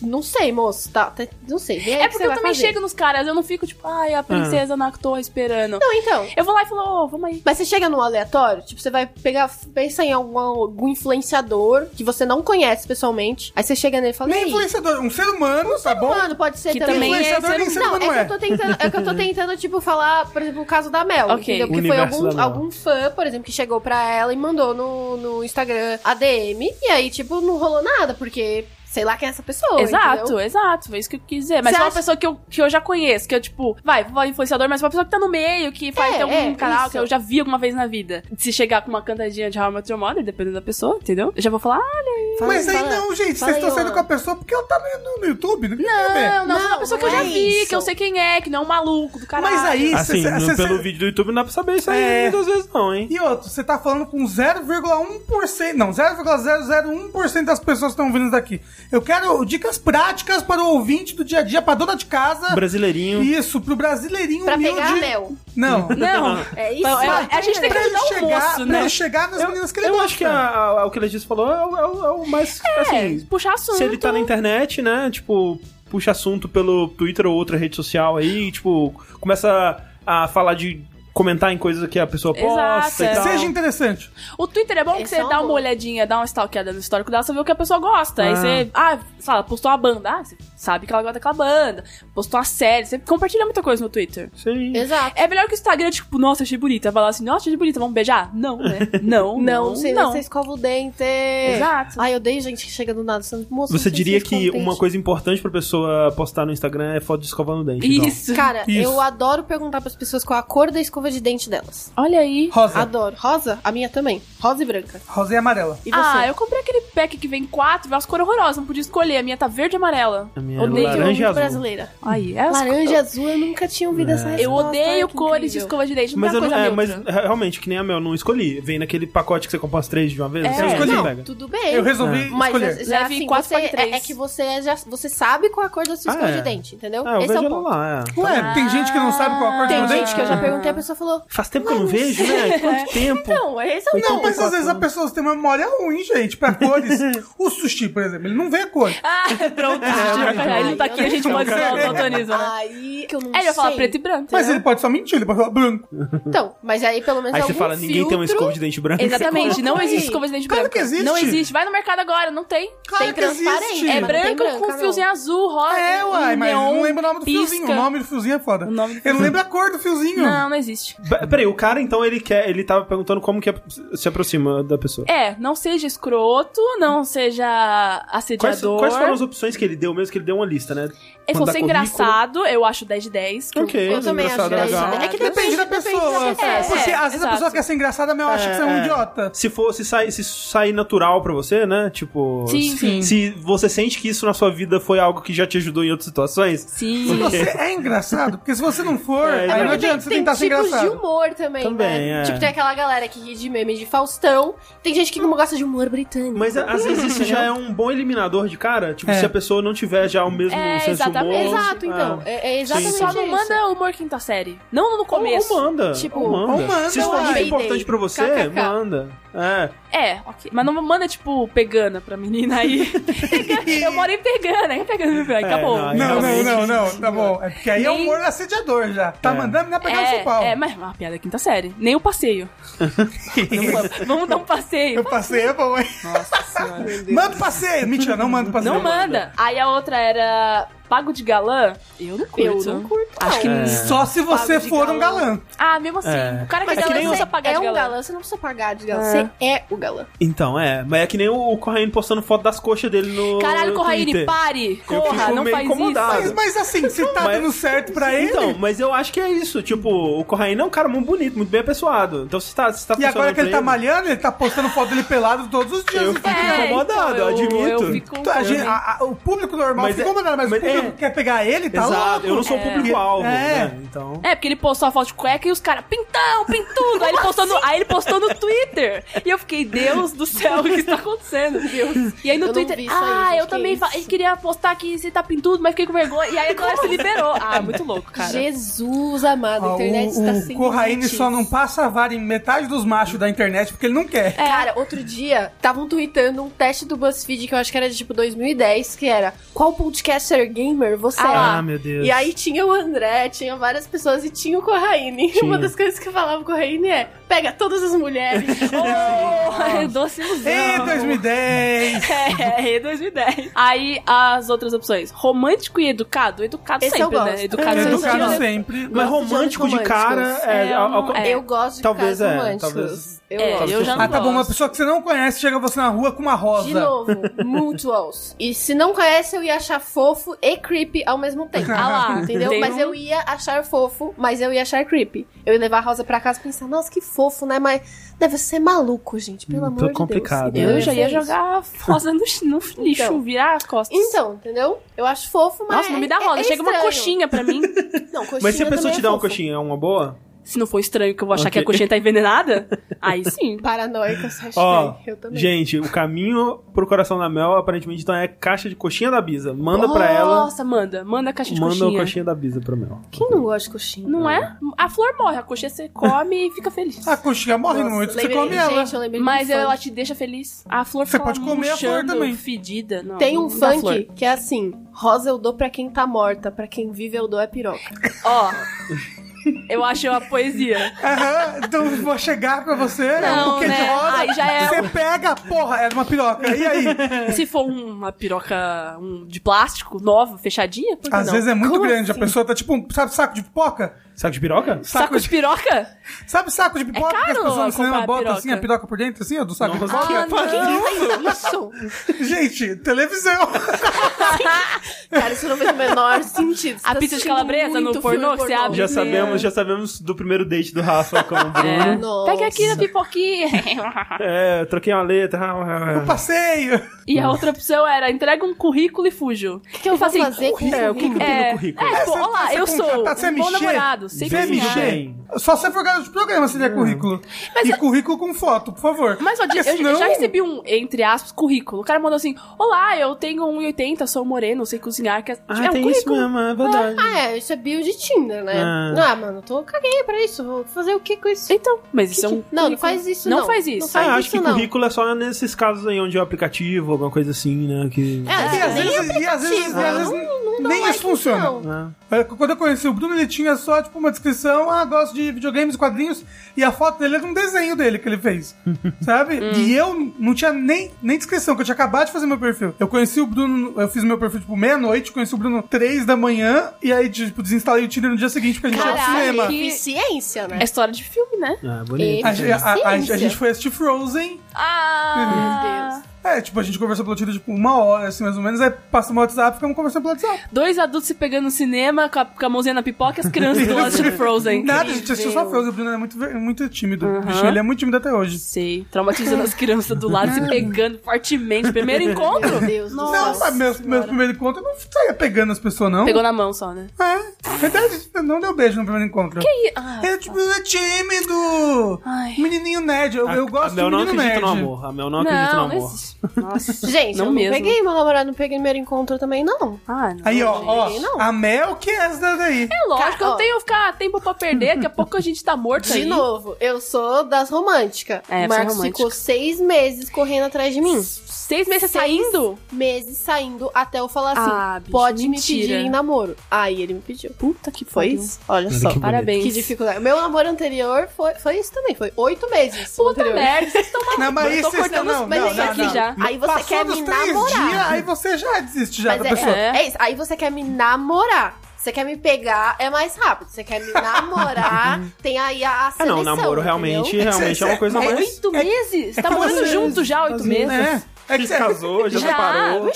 não sei, moço, tá, tá- não sei. vê aí
É
o que
porque
você
eu
vai
também
fazer.
chego nos caras, eu não fico tipo, ai, a princesa na toa esperando.
Não, então.
Eu vou lá e falo, ô, vamos aí.
Mas você chega num aleatório, tipo, você vai pegar, pensa em algum, algum influenciador que você não conhece pessoalmente. Aí você chega nele e fala, assim,
Nem
"Ei,
influenciador, um ser humano, tá bom?
mano, pode ser
Que
também.
também é
influenciador
ser
nem
um-
ser
Não,
humano
é
é.
que, eu tô tentando, é
<laughs>
que eu tô tentando, tipo, falar, por exemplo, o caso da Mel,
Ok.
entendeu? Que foi
Universo da
algum,
Mel.
algum fã, por exemplo, que chegou pra ela e mandou no, no Instagram a DM. E aí, tipo, não rolou nada, porque sei lá quem é essa pessoa,
exato,
entendeu?
exato. Foi isso que eu quis dizer. Mas
Você
é uma
acha-
pessoa que eu, que eu já conheço, que eu, tipo, vai, vou falar influenciador, mas uma pessoa que tá no meio, que faz
É,
tem algum
é,
canal
isso.
que eu já vi alguma vez na vida. Se chegar com uma cantadinha de How I Met Your Mother, dependendo da pessoa, entendeu? Eu já vou falar, ah,
Fala
Mas aí
fala-
não, gente,
fala
vocês estão
aí,
saindo
ó.
com a pessoa porque ela tá no, no YouTube, não tem nada a ver.
não, não, não,
Não,
é uma pessoa que eu
não
já
é
vi,
isso.
que eu sei quem é, que não é um maluco do caralho.
Mas aí,
Assim,
cê-
no-
cê-
pelo
cê-
vídeo do YouTube não dá pra saber isso aí
É.
muitas vezes não, hein?
E outro, você tá falando com 0,1%, não, 0,001% das pessoas que estão vindo daqui. Eu quero dicas práticas para o ouvinte do dia a dia, para dona de casa.
Brasileirinho.
Isso, pro brasileirinho
Pra
humilde.
pegar né? a Mel.
Não.
<laughs>
Não,
É isso,
Então, é-
vai,
a gente tem que
Pra ele
ajudar o
chegar,
moço,
pra
né?
ele chegar nas meninas que ele
eu
gosta.
acho que é a- a- o que ele disse falou é, o- é o- é o mais. assim,
É, puxar assunto.
se ele tá na internet, né? Tipo, puxa assunto pelo Twitter ou outra rede social aí, tipo, começa a falar de. comentar em coisas que a pessoa posta
Exato,
e
é.
tal.
Seja interessante.
O Twitter é bom que
Esse
você
é um
dá
bom.
uma olhadinha, dá uma stalkeada no histórico dela, você vê o que a pessoa gosta. Aí
Ah.
você, ah, sei lá, postou uma banda, ah, você sabe que ela gosta daquela banda. Postou uma série, você compartilha muita coisa no Twitter.
Sim.
Exato.
É melhor que o Instagram, tipo, nossa, achei bonita. Vai lá assim, nossa, achei bonita, vamos beijar? Não,
<laughs>
né? Não,
Não,
não,
sei
não. É.
não. você escova o dente.
Exato.
Ai, eu odeio gente que chega do nada. Você, moço, não
Você
sei se
diria
escova
que
o dente.
uma coisa importante pra pessoa postar no Instagram é foto de escovando o dente. então.
Isso.
Cara,
Isso.
eu adoro perguntar pras pessoas qual a cor da escova de dente delas.
Olha aí.
Rosa.
Adoro. Rosa? A minha também. Rosa e branca.
Rosa e amarela.
E você?
Ah, eu comprei aquele pack que vem quatro, as cores horrorosas, não podia escolher. A minha tá verde e amarela.
A minha é
odeio.
Eu amo
laranja e
muito
azul. É.
brasileira.
Aí, é as-
Laranja e azul, eu nunca tinha ouvido essa
Eu
resposta.
odeio
Ai, que
cores de
incrível.
escova de dente, não
Mas,
é
eu
coisa
não, é, mas
neutra.
re- realmente, que nem a Mel, não escolhi. Vem naquele pacote que você compra as três de uma vez.
É,
você
eu
escolhe,
não,
pega.
tudo bem.
Eu resolvi
Mas
escolher.
já- já,
Leve
assim,
quatro
você,
pack
é,
três.
é que você, já, você sabe qual é a cor da sua
Ah,
escova
é.
de dente, entendeu?
Ah, eu
Esse é
vejo
o
ela
ponto.
lá, é.
Ué, tem gente que não sabe qual a cor do
Ah,
Tem
meu dente?
gente que eu já
é.
perguntei, a pessoa falou...
Faz tempo que eu não vejo, né? Quanto tempo?
Não, esse é o
Não,
ponto.
mas às vezes a pessoa tem uma memória ruim, gente, pra cores. o sushi, por exemplo, ele não vê a cor.
<laughs>
<laughs>
Ah, pronto,
Ai,
<laughs> ele não tá aqui, a gente
eu não
pode
sei.
falar o daltonismo, né?
Aí que eu não
É, ele vai falar
sei.
preto e branco.
Mas ele
entendeu?
pode só mentir, ele pode falar branco.
Então, mas aí pelo menos
Aí
algum
você fala, ninguém tem uma
filtro-
escova de dente branca.
Exatamente,
Você
não
colocou
existe
aí.
escova de dente
Claro
branca.
que existe.
Não existe, vai no mercado agora, não tem.
Claro
Tem
que existe.
transparente.
É
Mas não tem
branco
branca,
com
não.
fiozinho azul, rosa.
É, uai, mas eu
Ah, neon,
não lembro o nome do
pisca.
fiozinho. O nome do fiozinho é foda.
O nome do
Eu não lembro a cor do fiozinho.
Não, não existe.
Pe- Peraí, o cara então ele quer, ele tava perguntando como que é, se aproxima da pessoa.
É, não seja escroto, não seja
Quais,
assediador.
quais foram as opções que ele deu mesmo? Que ele deu uma lista, né?
Ele falou
Mandar
ser
currículo.
engraçado, eu acho 10 de 10. que
Ok,
Eu também acho
engraçado, é legal.
engraçado. É que
Depende da pessoa.
É,
Porque
é,
às vezes a pessoa
exato.
quer ser engraçada, mas eu acho que você é um
É, é.
idiota.
Se for, se sair, se sair natural pra você, né? Tipo,
Sim,
se-
sim.
se você sente que isso na sua vida foi algo que já te ajudou em outras situações,
Sim.
Você é engraçado, porque se você não for,
É,
aí
é.
não adianta você tentar ser
tipos tipos de
engraçado.
humor também,
Também,
né?
é.
Tipo, tem aquela galera que ri de meme de Faustão. Tem gente que não gosta de humor britânico.
Mas é, às vezes isso já é um bom eliminador de cara. Tipo,
É.
se a pessoa não tiver já o mesmo
É,
senso de humor.
exatamente.
Exato, então.
é.
É, é exatamente
Sim,
Só não
isso.
manda humor quinta série. Não no começo.
Ou manda.
Tipo,
ou manda.
ou manda,
Se isso for
uai.
muito importante pra você,
KKK.
manda. É.
É, ok. Mas não manda, tipo, pegana pra menina aí. Pegana. Eu moro em pegana, aí pegana. Aí acabou.
não, aí
Não, não,
Realmente,
não, não, tá bom. É porque aí é um
Nem-
humor assediador já. Tá
É.
mandando me pegar o
É,
São Paulo.
é, mas uma piada é quinta série. Nem o <laughs> passeio. Não vamos- vamos dar um passeio.
Eu passei, é bom, hein?
Nossa senhora.
<laughs> Manda o passeio! Mentira, não manda o passeio.
Não manda. Aí a outra era pago de galã. Eu não
Eu
curto.
não curto, não.
Acho que não.
Só se você
Pago de
for um
galã.
galã.
Ah, mesmo assim.
É.
O cara que é galã
Mas galã,
não precisa
você
pagar
é
de
um
galã.
galã, você não precisa pagar de galã.
É.
Você é o galã.
Então, é. Mas é que nem o Corraine postando foto das coxas dele no.
Caralho, Corraine,
Twitter.
pare! Corra,
fico
não
meio
faz
incomodado.
isso.
Mas, mas assim, se tá
Mas-
dando certo pra ele.
Então, mas eu acho que é isso. Tipo, o Corraine é um cara muito bonito, muito bem apessoado. Então se tá, se tá
E agora
funcionando
que ele
pra
tá malhando, ele tá postando foto dele pelado todos os dias.
Eu
Então,
fico
É.
incomodado, eu admito.
Eu fico,
a gente-
eu-
a- a- o público normal
Mas
fica
é-
incomodado, mas,
mas
o público
é-
que quer pegar ele tá
Exato,
louco.
eu não sou o público-alvo,
É.
né? Então.
É, porque ele postou a foto de cueca e os caras, pintão, pintudo. Aí ele, postou no, aí ele postou no Twitter. E eu fiquei, Deus do céu, o que está acontecendo, Deus? E aí no
Eu não
Twitter,
vi isso aí,
ah,
gente,
eu
que
também
isso?"
fa- queria postar que você tá pintudo, mas fiquei com vergonha. E aí agora <laughs> se liberou. Ah, muito louco, cara.
Jesus amado, a
Ah,
internet
o
tá
o
sem
Corraine
limites.
só não passa a vara em metade dos machos da internet porque ele não quer.
É.
Cara, outro dia, estavam tweetando um teste do BuzzFeed que eu acho que era de tipo 2010, que era qual podcaster gamer você
Ah
é?
lá.
Ah, meu Deus.
E aí tinha o André, tinha várias pessoas e tinha o Corraine. <laughs>
Tinha.
Uma das coisas que eu falava com o Corraine é: pega todas
<laughs>
as mulheres. <laughs>
<laughs> Oh, doce ilusão.
Em 2010!
<laughs> É, é 2010. Aí as outras opções. Romântico e educado. Educado
Esse
sempre,
eu gosto.
né? Educado
É,
sempre.
educado
né?
Educado sempre.
Mas
gosto de
romântico de,
homens
cara.
românticos.
É,
É, eu
ao- ao-
não- é.
Eu gosto de
Talvez
caras
é,
românticos.
talvez-
Eu
É,
gosto.
eu já não
Ah, tá bom, uma
gosto.
pessoa que você não conhece chega você na rua com uma rosa.
De novo, mutuals. E se não conhece, eu ia achar fofo e creepy ao mesmo
<laughs>
tempo.
Ah lá,
<laughs> Entendeu?
tem
Mas
um-
eu ia achar fofo, mas eu ia achar creepy. Eu ia levar a Rosa pra casa e pensar, nossa, que fofo, né? Mas deve ser maluco, gente, pelo
Hum,
amor
tô
de
complicado,
Deus.
né?
Eu já ia
ser isso.
jogar rosa no, no lixo,
Então.
virar as costas.
Então, entendeu? Eu acho fofo, mas.
Nossa, não me dá
é-
rosa.
é
Chega uma
estranho.
coxinha pra mim.
Não, coxinha
Mas se a pessoa
também
te
é
dá uma
fofo.
coxinha, é uma boa?
Se não for estranho que eu vou achar que a
Ok.
coxinha tá envenenada, aí sim.
Paranoica, hashtag.
Ó,
eu também.
gente, o caminho pro coração da Mel, aparentemente, então é caixa de coxinha da Bisa. Manda pra ela.
Nossa, manda. Manda a caixa de
Manda
coxinha.
a coxinha da Bisa pra Mel.
Quem não gosta de coxinha?
Não é? A flor morre, a coxinha você come e fica feliz.
A coxinha Ah, morre
Nossa,
no muito, você
lembrei-
come ela.
Gente, eu lembrei de um
Mas
funk.
ela te deixa feliz. A flor
Você
fica
pode comer a flor
murchando,
também.
fedida. Não,
Tem um
não dá flor.
funk que é assim: rosa eu dou pra quem tá morta, pra quem vive eu dou é piroca.
Ó, <laughs> eu acho a poesia.
<laughs> Aham, então vou chegar pra você, é um
Não,
buquê de
né?
rosa.
Aí já é
Você pega, porra, é uma piroca.
<laughs>
E aí?
Se for uma piroca um, de plástico, nova, fechadinha, por que
Às
não?
vezes é muito
Como
grande,
assim?
a pessoa tá tipo, um, sabe saco de pipoca?
Saco de piroca?
é
Saco de piroca?
Sabe saco de pipoca que as
É caro
pessoas no cinema
comprar
botam
piroca.
assim, a piroca por dentro, assim, ó, do saco de
Nossa.
pipoca?
Ah, não.
Isso!
Gente, televisão. <laughs>
Cara, isso não fez o menor <laughs> sentido. Você
A
tá
pizza de
assistindo
calabresa no
muito
pornô
filme
que você abre.
Já
Meu.
sabemos, já sabemos do primeiro date do Rafa com <laughs> o Bruno.
É.
Ah, Nossa.
Pega aqui na pipoquinha.
<laughs>
É, eu troquei uma letra. ah,
Eu passeio.
e a outra opção era entrega um currículo e fujo.
O que eu vou
Assim,
fazer com
é, o que
currículo?
que- tem
é,
no currículo?
é, tipo,
um Essa-
olá,
essa
eu sou um
contratar, você
bom
mexer?
namorado, sei
Vem
cozinhar.
mexer.
É.
Só você for garoto de programa, se der currículo. e currículo com foto, por favor.
Mas ó, de- eu,
Porque senão-
já recebi um, entre aspas, currículo. O cara mandou assim: Olá, eu tenho 1,80, sou moreno, sei cozinhar. Que é,
Ah,
é um
tem
currículo.
isso mesmo, é verdade.
Ah, é, isso é bio de Tinder, né?
Ah.
Ah, mano, eu tô caguei pra isso. Vou fazer o que com isso?
Então, mas isso é um.
Não, não
currículo.
faz isso,
Não
não.
faz isso.
Não
Ah,
faz
acho
isso,
que
não.
currículo é só nesses casos aí onde é o aplicativo, alguma coisa assim, né? Que...
É,
E às vezes, e às vezes, e às vezes
dá
nem
like
isso funciona.
não.
né?
É, Quando eu conheci o Bruno, ele tinha só, tipo, uma descrição, ah, gosto de videogames, quadrinhos, e a foto dele era um desenho dele que ele fez, sabe? E eu não tinha nem, nem descrição, que eu tinha acabado de fazer meu perfil. Eu conheci o Bruno, eu fiz meu perfil, tipo, meia-noite, conheci o Bruno três da manhã, e aí, tipo, desinstalei o Tinder no dia seguinte, porque a gente ia pro
Caralho,
cinema.
que-
Eficiência, né?
É história de filme, né?
Ah, bonito.
A, ge- a- a- a
eficiência.
gente foi assistir Frozen.
Ah,
Meu
É, tipo, a gente conversou pelo Tinder, tipo, uma hora, assim, mais ou menos, aí passamos o WhatsApp, ficamos conversando pelo WhatsApp.
Dois adultos se pegando no cinema com a, com a mãozinha na pipoca e as crianças do lado de Frozen.
Nada, a gente assistiu só Frozen, o Bruno é muito, ver- muito tímido. Bichinho, Ele é muito tímido até hoje.
Sei, traumatizando as crianças do lado, se pegando fortemente. Primeiro encontro.
Meu Deus do
Não,
céu.
mas meu, meu primeiro encontro eu não saía pegando as pessoas, não.
Pegou na mão só, né?
É. Verdade, não deu beijo no primeiro encontro.
Que i- ah,
É tipo, é tímido!
Ai.
Menininho nerd, eu, eu gosto
a Mel
do
não
menino
acredita
nerd.
no amor. A Mel não, acredita no
não,
amor.
existe. Nossa.
Gente,
Não
eu
mesmo.
não peguei meu namorado no primeiro encontro também, não.
Ah, não.
Aí, ó,
Não, não.
ó, a Mel que é essa daí.
É lógico,
Cara,
eu
ó.
tenho que ficar tempo pra perder, daqui a pouco a gente tá morto
De
aí.
novo, eu sou das românticas.
É,
o
você é
Marcos
romântica.
ficou seis meses correndo atrás de mim.
Seis meses
Seis
saindo?
Meses saindo até eu falar assim:
Ah, bicho,
pode me
mentira.
pedir em namoro. Aí ele me pediu.
Puta que
Foi
pariu.
isso? Olha
Olha
só.
que
Parabéns.
Que dificuldade. Meu namoro anterior foi, foi isso também, foi oito meses. o
Puta
anterior.
merda, vocês estão
Não, mas
Eu
aí
tô
vocês
cortando
não,
os- mas
não,
isso
não,
aqui
não.
já.
Aí você
Passou
quer
dos
me
três
namorar.
dias, aí você já desiste já
Mas
da
é,
pessoa.
é- é isso. Aí você quer me namorar. Você quer me pegar, é mais rápido. Você quer
<laughs>
me namorar, tem aí a, a
Ah,
seleção.
não, namoro
entendeu?
realmente, realmente é uma coisa
É
mais.
Oito meses? Tá morando
Vocês-
junto já oito
vocês-
meses? Tá
É, é que você-
Casou, já,
Já.
separou,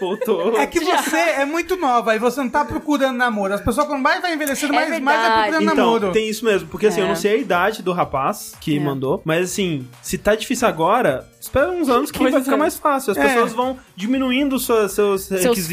voltou.
É que você é muito nova aí você não tá procurando namoro. As pessoas quando mais vai envelhecendo,
É
mais, mais vai
verdade.
procurando
Então,
Tá namoro.
tem isso mesmo, porque assim,
É.
eu não sei a idade do rapaz que
É.
mandou, mas assim, se tá difícil agora, espera uns anos que
Pois
vai
é.
ficar mais fácil. As
É.
pessoas vão diminuindo sua- seus requisitos,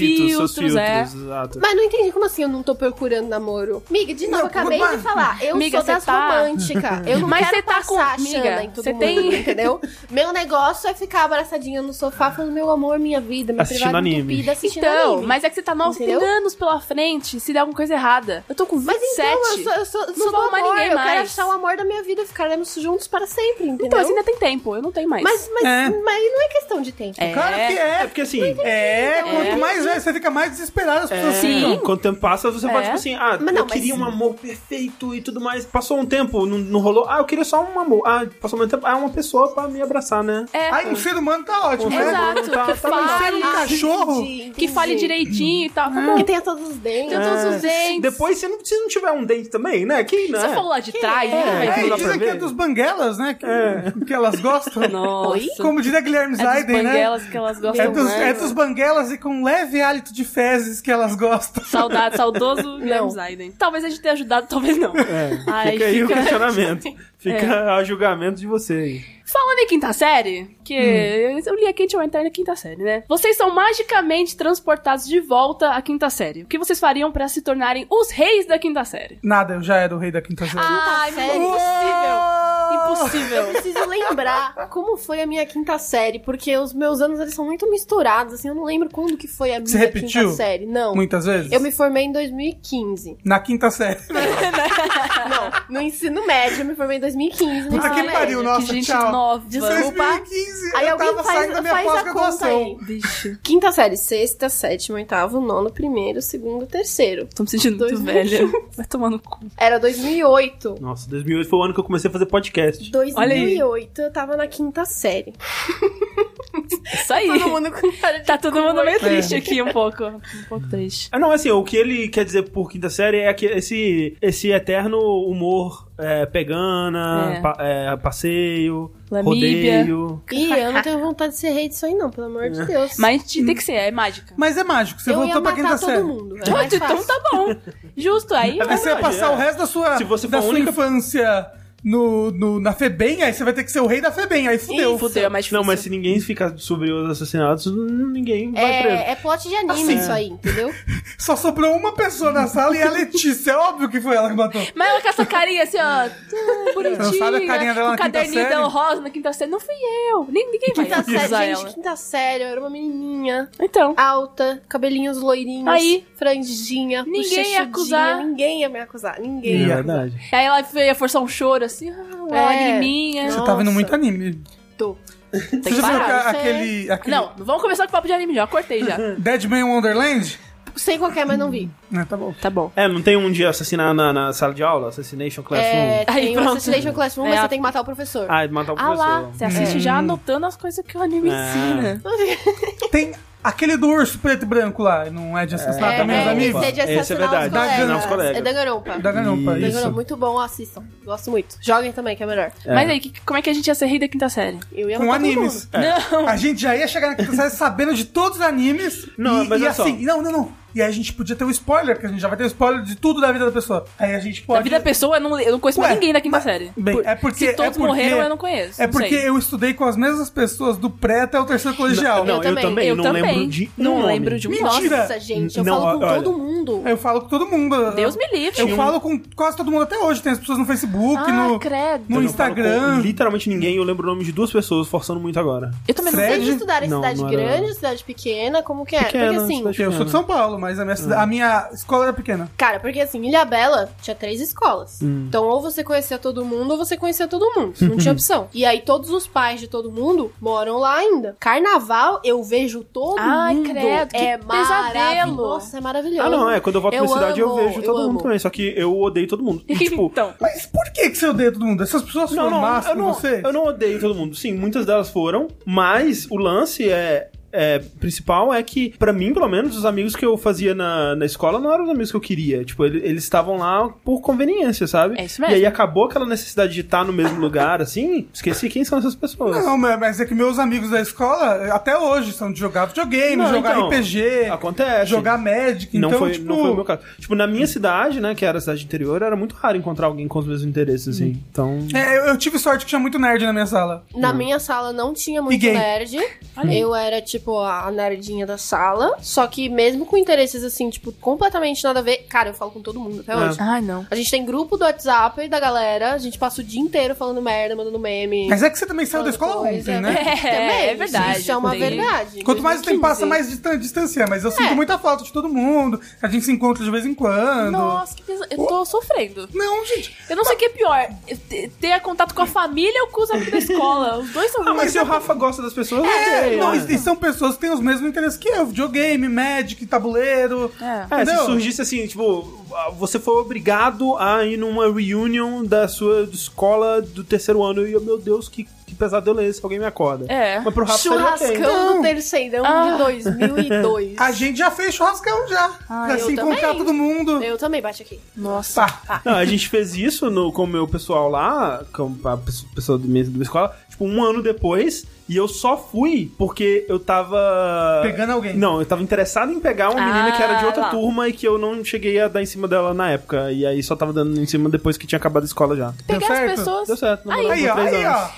filtros,
seus filtros.
é.
Exato.
Mas não entendi como assim eu não tô procurando namoro. Miga, de novo,
Não,
acabei
mas-
de falar. Eu
Miga,
sou
cê
das
tá- <laughs>
românticas. Eu não
Mas cê
quero
tá com-
passar a
Miga,
Xana em todo
cê
mundo,
tem-
entendeu? Meu negócio é ficar abraçadinha no sofá falando, meu amor, minha vida, minha
Assistindo
privada
anime.
entupida, assistindo
Então,
anime.
mas é que você tá nova, você tem
Entendeu?
anos pela frente se der alguma coisa errada. Eu tô com 27.
Mas então, eu sou, eu sou, sou
vou
do
amar
amor,
ninguém
eu quero
mais.
achar o amor da minha vida, ficaremos juntos para sempre, entendeu?
Então, assim, ainda tem tempo, eu não tenho mais.
Mas, mas,
É.
mas não é questão de tempo.
É.
Claro que
É
é.
porque assim,
É, quanto mais velho você fica, mais desesperado as pessoas
É.
ficam.
Sim.
Quanto tempo passa, você
É.
pode, tipo assim, ah,
Mas não,
eu queria
mas-
um amor perfeito e tudo mais. Passou um tempo, não, não rolou. Ah, eu queria só um amor. Ah, passou muito tempo. Ah, uma pessoa pra me abraçar, né?
É.
Aí um ser humano tá ótimo,
É.
né?
Exato,
Tá-
que
tá bom.
Ser
fale,
um cachorro.
que fale direitinho e tal. Tá bom.
Que tenha todos os dentes.
Tem todos os dentes.
Depois, se não, se não tiver um dente também, né? Quem, né?
Se É, então. você for lá de trás,
é?
né?
É,
vai
É,
não
e
dá
ver.
pra
dizem que é
ver.
dos banguelas, né? Que, que elas gostam.
Nossa.
Como diria Guilherme
É dos
Zaiden, né?
banguelas que elas
É
gostam
dos,
mais.
é dos banguelas e com leve hálito de fezes que elas gostam.
Saudade, saudoso Guilherme
Não.
Zaiden. Talvez a gente tenha ajudado, talvez não.
É,
Ai,
fica aí o
fica- <laughs> É.
questionamento. Fica a julgamento de você aí.
Falando em quinta série, que eu li aqui, a gente vai entrar na quinta série, né? Vocês são magicamente transportados de volta à quinta série. O que vocês fariam pra se tornarem os reis da quinta série?
Nada, eu já era o rei da quinta série.
Ah,
Ai,
série?
meu Deus, impossível.
Eu
Impossível.
preciso lembrar como foi a minha quinta série, porque os meus anos eles são muito misturados, assim, eu não lembro quando que foi a minha
Você repetiu?
quinta série. Não.
Muitas vezes?
Eu me formei em 2015.
Na quinta série.
não, no ensino médio eu me formei em 2015. No
Puta
ensino
que
médio.
pariu, nossa,
que gente
tchau.
nova.
Desculpa.
2015,
Aí
eu
alguém
tava
faz-
saindo da minha
faz a
pós-graduação.
conta
Bicho,
Quinta série, sexta, sétima, oitava, nona, primeiro, segundo, terceiro.
tô me sentindo muito
Dois mil
velha. Vai tomar no cu.
Era 2008.
Nossa, 2008 foi o ano que eu comecei a fazer podcast.
2008 eu tava na quinta série.
É Isso aí.
Todo mundo com cara de
Tá todo mundo meio
É.
triste aqui, um pouco. Um pouco triste.
Ah, não, assim, o que ele quer dizer por quinta série é que esse, esse eterno humor é, pegana,
É.
pa- é, passeio,
Lamíbia.
rodeio.
Ih, eu não tenho vontade de ser rei disso aí, não, pelo amor de Deus.
Mas a gente tem que ser, é mágica.
Mas é mágico, você
eu ia
voltou pra
matar
quinta
todo
série.
mundo. é mais
Então
fácil.
tá bom. Justo, aí.
É
Aí você vai
verdade,
passar
é.
o resto da sua,
Se você for
da
a
sua
única-
infância no, no- na FEBEM, aí você vai ter que ser o rei da FEBEM, aí fudeu.
Fudeu, é mais difícil.
Não, mas se ninguém ficar sobre os assassinatos, ninguém vai preso.
É, é plot de anime
Assim.
isso aí, entendeu?
Só sobrou uma pessoa na sala e a Letícia. É óbvio que foi ela que matou.
Mas ela com essa carinha assim, ó, tão bonitinha.
Não sabe a carinha dela
com
na
o
quinta
caderninho
série?
dela rosa na quinta série. Não fui eu. Nem, ninguém vai
Quinta série,
acusar
gente,
ela.
quinta série, eu era uma menininha
Então,
alta, cabelinhos loirinhos,
Aí.
franjinha,
Ninguém ia
bochechudinha,
acusar.
Ninguém ia me acusar,
É
ninguém. ia acusar.
verdade.
aí ela veio forçar um choro assim, ah, uma
É.
lagriminha.
Você
Nossa.
tá vendo muito anime.
Tô.
Tem
Você
que
já viu
parar.
aca-
isso é-
aquele, aquele
Não, não vamos começar com papo de anime já, cortei
<laughs>
já.
Deadman Wonderland?
Sei qual que é, mas não vi.
Ah, tá bom.
tá bom.
É, não tem um dia assassinar na, na sala de aula? Assassination
É,
um.
Classroom?
Aí,
tem
pronto.
o Assassination Classroom,
É
mas
a-
você tem que matar o professor.
Ah, matar o
Ah
professor.
lá, você assiste
Hum.
já anotando as coisas que o anime
É.
ensina.
Tem aquele do urso preto e branco lá, não é de assassinato
é,
também, os
é,
amigos?
esse é de
Esse é
assassinar
verdade,
os colegas.
assassinar
os colegas.
É da garopa.
Da garopa,
Isso.
Da
isso.
garopa, muito bom, assistam. Gosto muito. Joguem também, que é melhor.
É.
Mas aí, que- como é que a gente ia ser rei da quinta série?
Eu ia
Com
matar todo
animes. É.
mundo.
Não,
A gente já ia chegar na quinta série sabendo de todos os animes.
Não,
e,
mas
e
olha só.
assim, não, não, não. E aí a gente podia ter um spoiler, que a gente já vai ter um spoiler de tudo da vida da pessoa. Aí a gente pode.
Na vida da pessoa, eu não, eu não conheço
Ué,
mais ninguém da quinta
mas-
série.
bem,
Por-
é porque-
Se todos
é porque-
morreram, eu não conheço.
É
não sei.
porque eu estudei com as mesmas pessoas do pré até o terceiro colegial.
Não, eu
também.
também,
Eu
não
também.
lembro de um
Não
nome.
lembro de um
Mentira.
nome.
Nossa, gente, eu
Não,
falo com
olha.
todo mundo.
Eu falo com todo mundo.
Deus me um- livre.
Eu falo com quase todo mundo até hoje. Tem as pessoas no Facebook,
ah,
no,
credo.
no
Eu não falo
Instagram.
com literalmente ninguém, eu lembro o nome de duas pessoas, forçando muito agora.
Eu também não sei.
Fred?
Vocês estudaram em
Não,
cidade
não era-
grande, cidade pequena, como que é?
Pequena,
porque assim,
cidade-
Eu sou de São Paulo, mas a minha, cida- a minha escola era pequena.
cara, porque assim, Ilha Bela tinha três escolas.
Hum.
Então, ou você conhecia todo mundo, ou você conhecia todo mundo.
<laughs>
Não tinha opção. E aí, todos os pais de todo mundo moram lá ainda. Carnaval, eu vejo todo
Ai,
mundo.
credo, que
é
pesadelo.
maravilhoso. Nossa, é maravilhoso.
Ah, não, é. Quando eu volto pra
Eu
minha cidade, eu
amo,
vejo todo
eu
mundo
amo. Tá
também. Só que eu odeio todo mundo. E,
<laughs>
tipo,
então,
Mas por que, que você odeia todo mundo? Essas pessoas
não,
foram más
não, eu
com
não,
você?
eu não odeio todo mundo. Sim, muitas delas foram, mas o lance é. é, principal é que, pra mim, pelo menos, os amigos que eu fazia na, na escola não eram os amigos que eu queria. Tipo, ele- eles estavam lá por conveniência, sabe?
É isso mesmo.
E aí acabou aquela necessidade de estar no mesmo lugar, assim. Esqueci quem são essas pessoas.
Não, mas mas é que meus amigos da escola, até hoje, são de jogar videogame,
Não,
jogar
então,
RPG,
Acontece.
é, jogar Magic.
Não,
então,
foi,
tipo,
não foi o meu caso. Tipo, na minha cidade, né, que era a cidade interior, era muito raro encontrar alguém com os mesmos interesses, assim. Então.
é, eu, eu tive sorte que tinha muito nerd na minha sala.
Na minha sala não tinha muito
gay.
nerd. Eu era, tipo, a a nerdinha da sala. Só que mesmo com interesses, assim, tipo, completamente nada a ver. Cara, eu falo com todo mundo até
É.
hoje.
Ai, não.
A gente tem grupo do WhatsApp da galera. A gente passa o dia inteiro falando merda, mandando
<laughs>
meme.
Mas é que você também saiu da escola
Coisa,
<laughs>
ontem,
É,
né?
Também,
é verdade.
Isso é uma
tem-
verdade.
Quanto mais o tempo
2015.
passa, mais distan- distancia. Mas eu sinto
É.
muita falta de todo mundo. A gente se encontra de vez em quando.
Nossa, que pesado. Eu tô sofrendo.
Não, gente.
Eu não sei o que é pior. te- Ter contato com a família ou com os amigos da escola. Os dois são
Ah,
ruins.
mas se o Rafa gosta das pessoas, eu
É,
odeio,
não,
né?
e, e são pessoas que têm os mesmos interesses que eu. Videogame, Magic, tabuleiro.
É.
É, se
Entendeu?
surgisse assim, tipo, você foi obrigado a ir numa reunion da sua escola do terceiro ano e, eu, meu Deus, que, que pesadelo é esse? Alguém me acorda.
É.
Mas pro Rafa seria ok.
Churrascão
Não.
do terceirão
Ah.
de 2002.
<laughs> A gente já fez churrascão já. pra
eu
se encontrar
também.
todo mundo.
Eu também bate aqui.
Nossa.
Pá.
Não, a gente fez isso no, com o meu pessoal lá, com a pesso- pessoa da minha, da minha escola, tipo, um ano depois, e eu só fui porque eu tava.
Pegando alguém.
Não, eu tava interessado em pegar uma
Ah,
menina que era de outra
lá.
turma e que eu não cheguei a dar em cima dela na época. E aí só tava dando em cima depois que tinha acabado a escola já.
Deu
Pegar as
certo?
pessoas.
Deu certo, não
Aí, ó, aí, ó.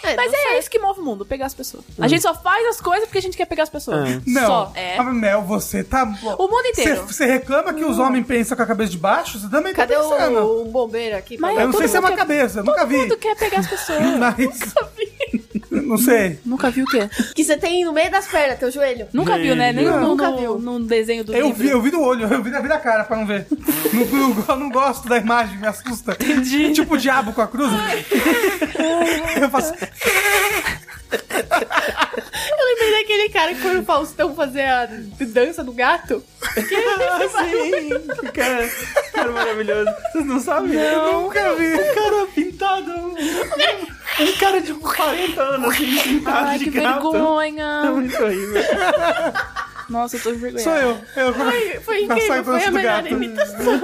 É,
Mas
não
é isso que move o mundo, pegar as pessoas. A gente só faz as coisas porque a gente quer pegar as pessoas.
É.
Hum. Não.
Só. É.
Ah, Mel, você tá.
O mundo inteiro.
Você reclama que os homens pensam com a cabeça de baixo? Você também
Cadê
tá pensando.
o, o bombeiro aqui?
Mas
Eu não
Todo
sei se é
mundo
uma
quer-
cabeça, eu nunca
Todo
vi.
mundo quer pegar as pessoas.
<laughs> Mas. <laughs> Não sei.
Nunca viu o quê?
Que você tem no meio das pernas, teu joelho.
Nunca viu, né? Nem,
Não.
nunca
Nunca
viu
viu.
num desenho do
Eu
livro.
vi, eu vi do olho, eu vi da, vi da cara pra não ver. não, não- não gosto da imagem, me assusta.
Entendi.
Tipo o diabo com a cruz.
<laughs>
eu faço.
<laughs> Eu lembrei daquele cara que foi no Faustão fazer a dança do gato.
<laughs>
Ah, sim, que cara, que cara maravilhoso. Vocês não sabem? É
Eu nunca vi.
Cara pintado. Um cara de 40 anos, assim,
um
pintado
Ai,
de
que
gato. É
vergonha.
muito horrível.
Nossa, eu tô envergonhada.
Sou eu. eu
Foi
Tá
incrível,
saindo
foi
dança
a
do
melhor
gato.
imitação.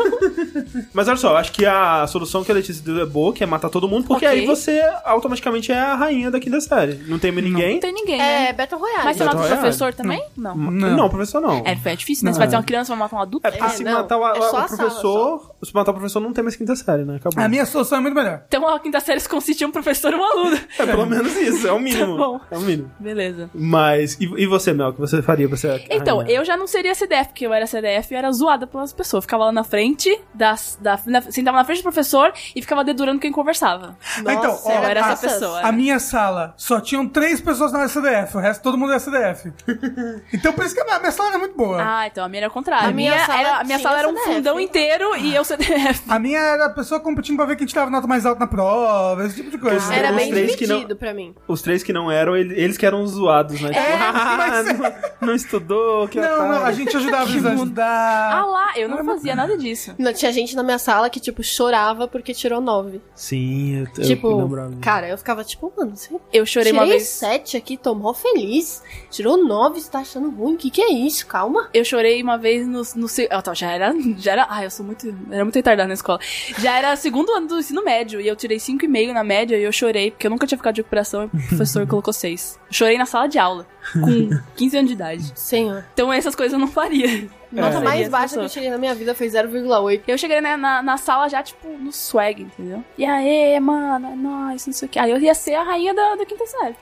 Mas olha só, acho que a solução que a Letícia deu é boa, que é matar todo mundo, porque
Ok.
aí você automaticamente é a rainha da quinta série. Não teme ninguém.
Não tem ninguém, né?
É, Battle Royale.
Mas você
Battle
mata o
é.
Royale?
professor também? Não.
Não, não professor não.
É, é difícil, né? Você vai ter uma criança, vai matar um adulto.
É porque
É,
se
não,
matar o,
é
o
só a
professor, se matar o professor não tem mais quinta série, né? Acabou.
A minha solução é muito melhor.
Então a quinta série <laughs> se consistia em um professor e um aluno.
É pelo menos isso, é o mínimo.
<laughs>
Tá bom.
É o mínimo.
Beleza.
Mas, e, e você, Mel, o que você faria pra ser a
Então,
rainha?
eu já não seria CDF, porque eu era CDF e eu era zoada pelas pessoas. Ficava lá na frente, das, da, na- sentava na frente do professor e ficava dedurando quem conversava.
Nossa,
então, ó,
eu era
essa
essas.
pessoa. né?
A minha sala só tinham três pessoas na CDF, o resto todo mundo é era
<laughs>
CDF. então por isso que a minha sala era muito boa.
Ah, então a minha era o contrário.
A minha sala
era, a minha
tinha
sala era um
CDF.
fundão inteiro e eu CDF.
A minha era a pessoa competindo pra ver quem tirava nota mais alta na prova, esse tipo de coisa.
Ah,
Era
Os
bem
três que não-
dividido pra mim.
Os três que não eram, ele- eles que eram os zoados,
É,
né? tipo, ah, <laughs> não, não estudou, que
Não,
otário.
não, a
<laughs>
gente ajudava eles a
Ah
ajudar.
lá, eu
Ah,
não fazia nada disso.
Não, tinha gente na minha sala que, tipo, chorava porque tirou nove.
Sim, eu, eu
tipo,
lembrava.
né?
cara, eu ficava tipo, mano, você
Eu chorei
tirei
uma vez.
sete aqui, tomou feliz. Tirou nove, você tá achando ruim. Que que é isso? Calma.
Eu chorei uma vez no, no se- ah, tá, já era, já era, ai, eu sou muito, era muito retardada na escola. Já era segundo ano do ensino médio e eu tirei
<laughs>
5,5 na média e eu chorei porque eu nunca tinha ficado de recuperação e o professor colocou 6. Chorei na sala de aula. com 15 anos de idade.
Senhor.
Então essas coisas eu não faria. Não
Nota
faria
mais
essas
baixa que eu
pessoas.
cheguei na minha vida foi 0,8.
Eu cheguei né, na, na sala já, tipo, no swag, entendeu? E aí, mano, é nóis, não sei o que. Aí eu ia ser a rainha da, da quinta série.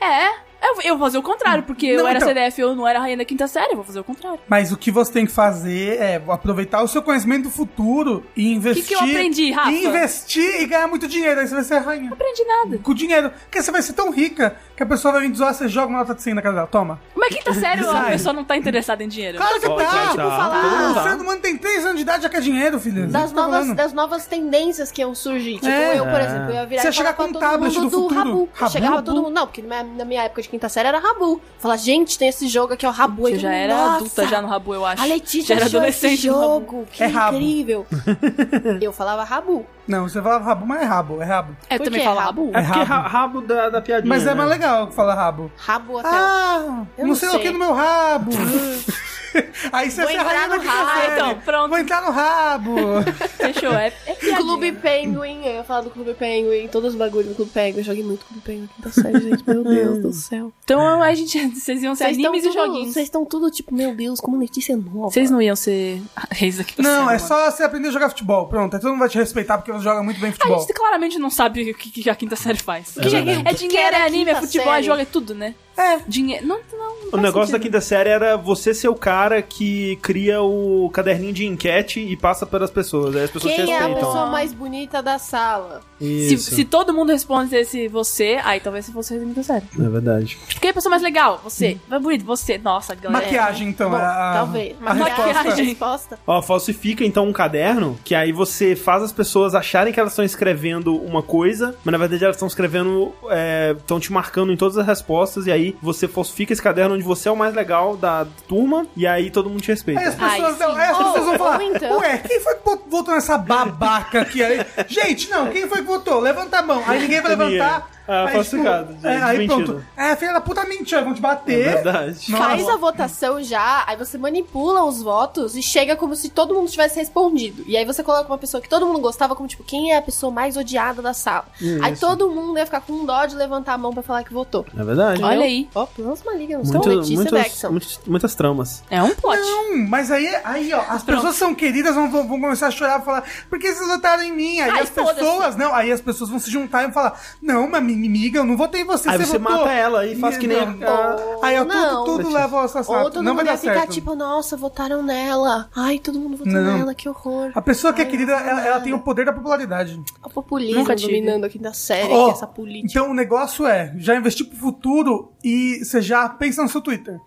É.
É. Eu, eu vou fazer o contrário, porque eu
Não,
era
então-
CDF e eu não era a rainha da quinta série, eu vou fazer o contrário.
Mas o que você tem que fazer é aproveitar o seu conhecimento do futuro e
O que,
investir.
que eu aprendi, Rafa?
E
Não
investir e ganhar muito dinheiro. Aí você vai ser a rainha.
aprendi nada.
Com dinheiro. Porque você vai ser tão rica que a pessoa vai vir te zoar, você joga uma nota de 100 na casa dela. Toma.
Mas quinta série, a
Sai.
pessoa não tá interessada em dinheiro.
Claro que
Ó,
tá.
tá,
Tipo,
tá,
falar.
todo mundo
O
tá.
ser humano tem 3 anos de idade já quer dinheiro, filho.
Das
Isso que eu tô
novas,
falando.
das novas tendências que iam surgir. Tipo,
É.
eu, por exemplo, eu ia virar
Você
e falar
chegar com
pra todo
um tablet
mundo
do futuro.
Rabu.
Rabu?
Chegava
Rabu?
todo mundo. Não, porque na minha, na minha época de quinta série era Rabu. Falar, gente, tem esse jogo aqui, é o Rabu. Aí
Eu
todo
já
mundo,
era
"Nossa,
adulta já no Rabu, eu acho.
A
já
Letícia
era
achou esse
adolescente no Rabu.
jogo. Que
É Rabu. <laughs>
incrível. eu falava Rabu.
Não, você fala rabo, mas é rabo, é rabo.
Eu
Por
também
quê?
falo
Rabu?
Rabu.
É porque
rabo.
ra- rabo da, da piadinha.
Mas é mais
né?
legal falar rabo.
Rabo até.
Ah,
Eu
não,
não
sei, o
sei.
que no meu rabo. Aí você
Vou
vai
entrar no rabo.
Ah, então, pronto,
Vou entrar no
<laughs>
rabo.
fechou. É, é piadinha.
Clube Penguin, eu ia falar do Clube Penguin, todos os bagulhos do Clube Penguin. Eu joguei muito Clube Penguin na quinta série, gente. Meu Deus do <laughs> céu.
Então a gente, vocês iam ser
tão
animes e
tudo-
joguinhos.
Vocês estão tudo tipo, meu Deus, como Letícia é nova.
Vocês não iam ser <laughs> reis da quinta
não,
série,
é só você aprender a jogar futebol. Pronto, aí todo mundo vai te respeitar porque você joga muito bem
A
futebol.
gente claramente não sabe o que, que a quinta série faz.
É verdade.
é dinheiro, é
Quinta
anime, é futebol, é
série.
jogo, é tudo, né?
É.
Dinheiro. Não, não. não
O
faz
negócio da
sentido.
quinta série era você ser o cara que cria o caderninho de enquete e passa pelas pessoas. Aí as pessoas te
Quem é a
respeitam.
pessoa mais bonita da sala?
Se,
Isso.
se todo mundo respondesse você, aí talvez você fosse reis da quinta série.
É verdade.
Tipo, Quem é a pessoa mais legal? Você. Mais bonito? Você. Nossa,
é
galera.
Maquiagem, então.
né? Bom,
é a,
talvez. é
A resposta.
Maquiagem.
resposta.
Ó, falsifica então um caderno, que aí você faz as pessoas acharem que elas estão escrevendo uma coisa, mas na verdade elas estão escrevendo, é, estão te marcando em todas as respostas, e aí você falsifica esse caderno onde você é o mais legal da turma, e aí todo mundo te
Aí as
respeita. É
pessoas,
Ai,
não, aí as
sim.
pessoas
Ou-
vão
ou
falar,
então-
ué, quem foi que bot- votou nessa babaca aqui? Aí, <laughs> gente, não, quem foi que votou? Levanta a mão. Aí ninguém vai
Ninguém.
levantar.
Ah,
aí,
falsificado,
é, aí
desmentido.
pronto. É, filha da puta mentira, vão te bater.
É verdade.
Nossa.
Faz a votação já, aí você manipula os votos e chega como se todo mundo tivesse respondido. E aí você coloca uma pessoa que todo mundo gostava como, tipo, quem é a pessoa mais odiada da sala? Aí todo mundo ia ficar com dó de levantar a mão pra falar que votou.
É verdade.
Olha aí.
Ó, planos malignos.
Muito-
então, Letícia
muitas-
Dexon.
muitas- muitas tramas.
É um plot.
Não, Hum, mas aí, aí ó, as
Pronto.
pessoas são queridas, vão, vão vão começar a chorar e falar, por que vocês votaram em mim? Aí
Ai,
as
foda-se.
pessoas, não, aí as pessoas vão se juntar e vão falar, não, mas minha inimiga, eu não votei em você,
Aí
você,
você
votou.
mata ela e faz que nem.
Não.
a-
Aí ó, tudo,
Não.
tudo
Letícia.
leva ao
Ou
assassinato.
todo
Não vai
mundo
dar
ia ficar
certo.
tipo, nossa, votaram nela. Ai, todo mundo votou
Não.
nela, que horror.
A pessoa que é
Ai,
querida,
não
ela, ela
nada.
tem o poder da popularidade.
O populismo
Nunca tive.
dominando aqui da
É,
série,
Ó,
que é essa política.
Então o negócio é, já investir pro futuro e você já pensa no seu Twitter.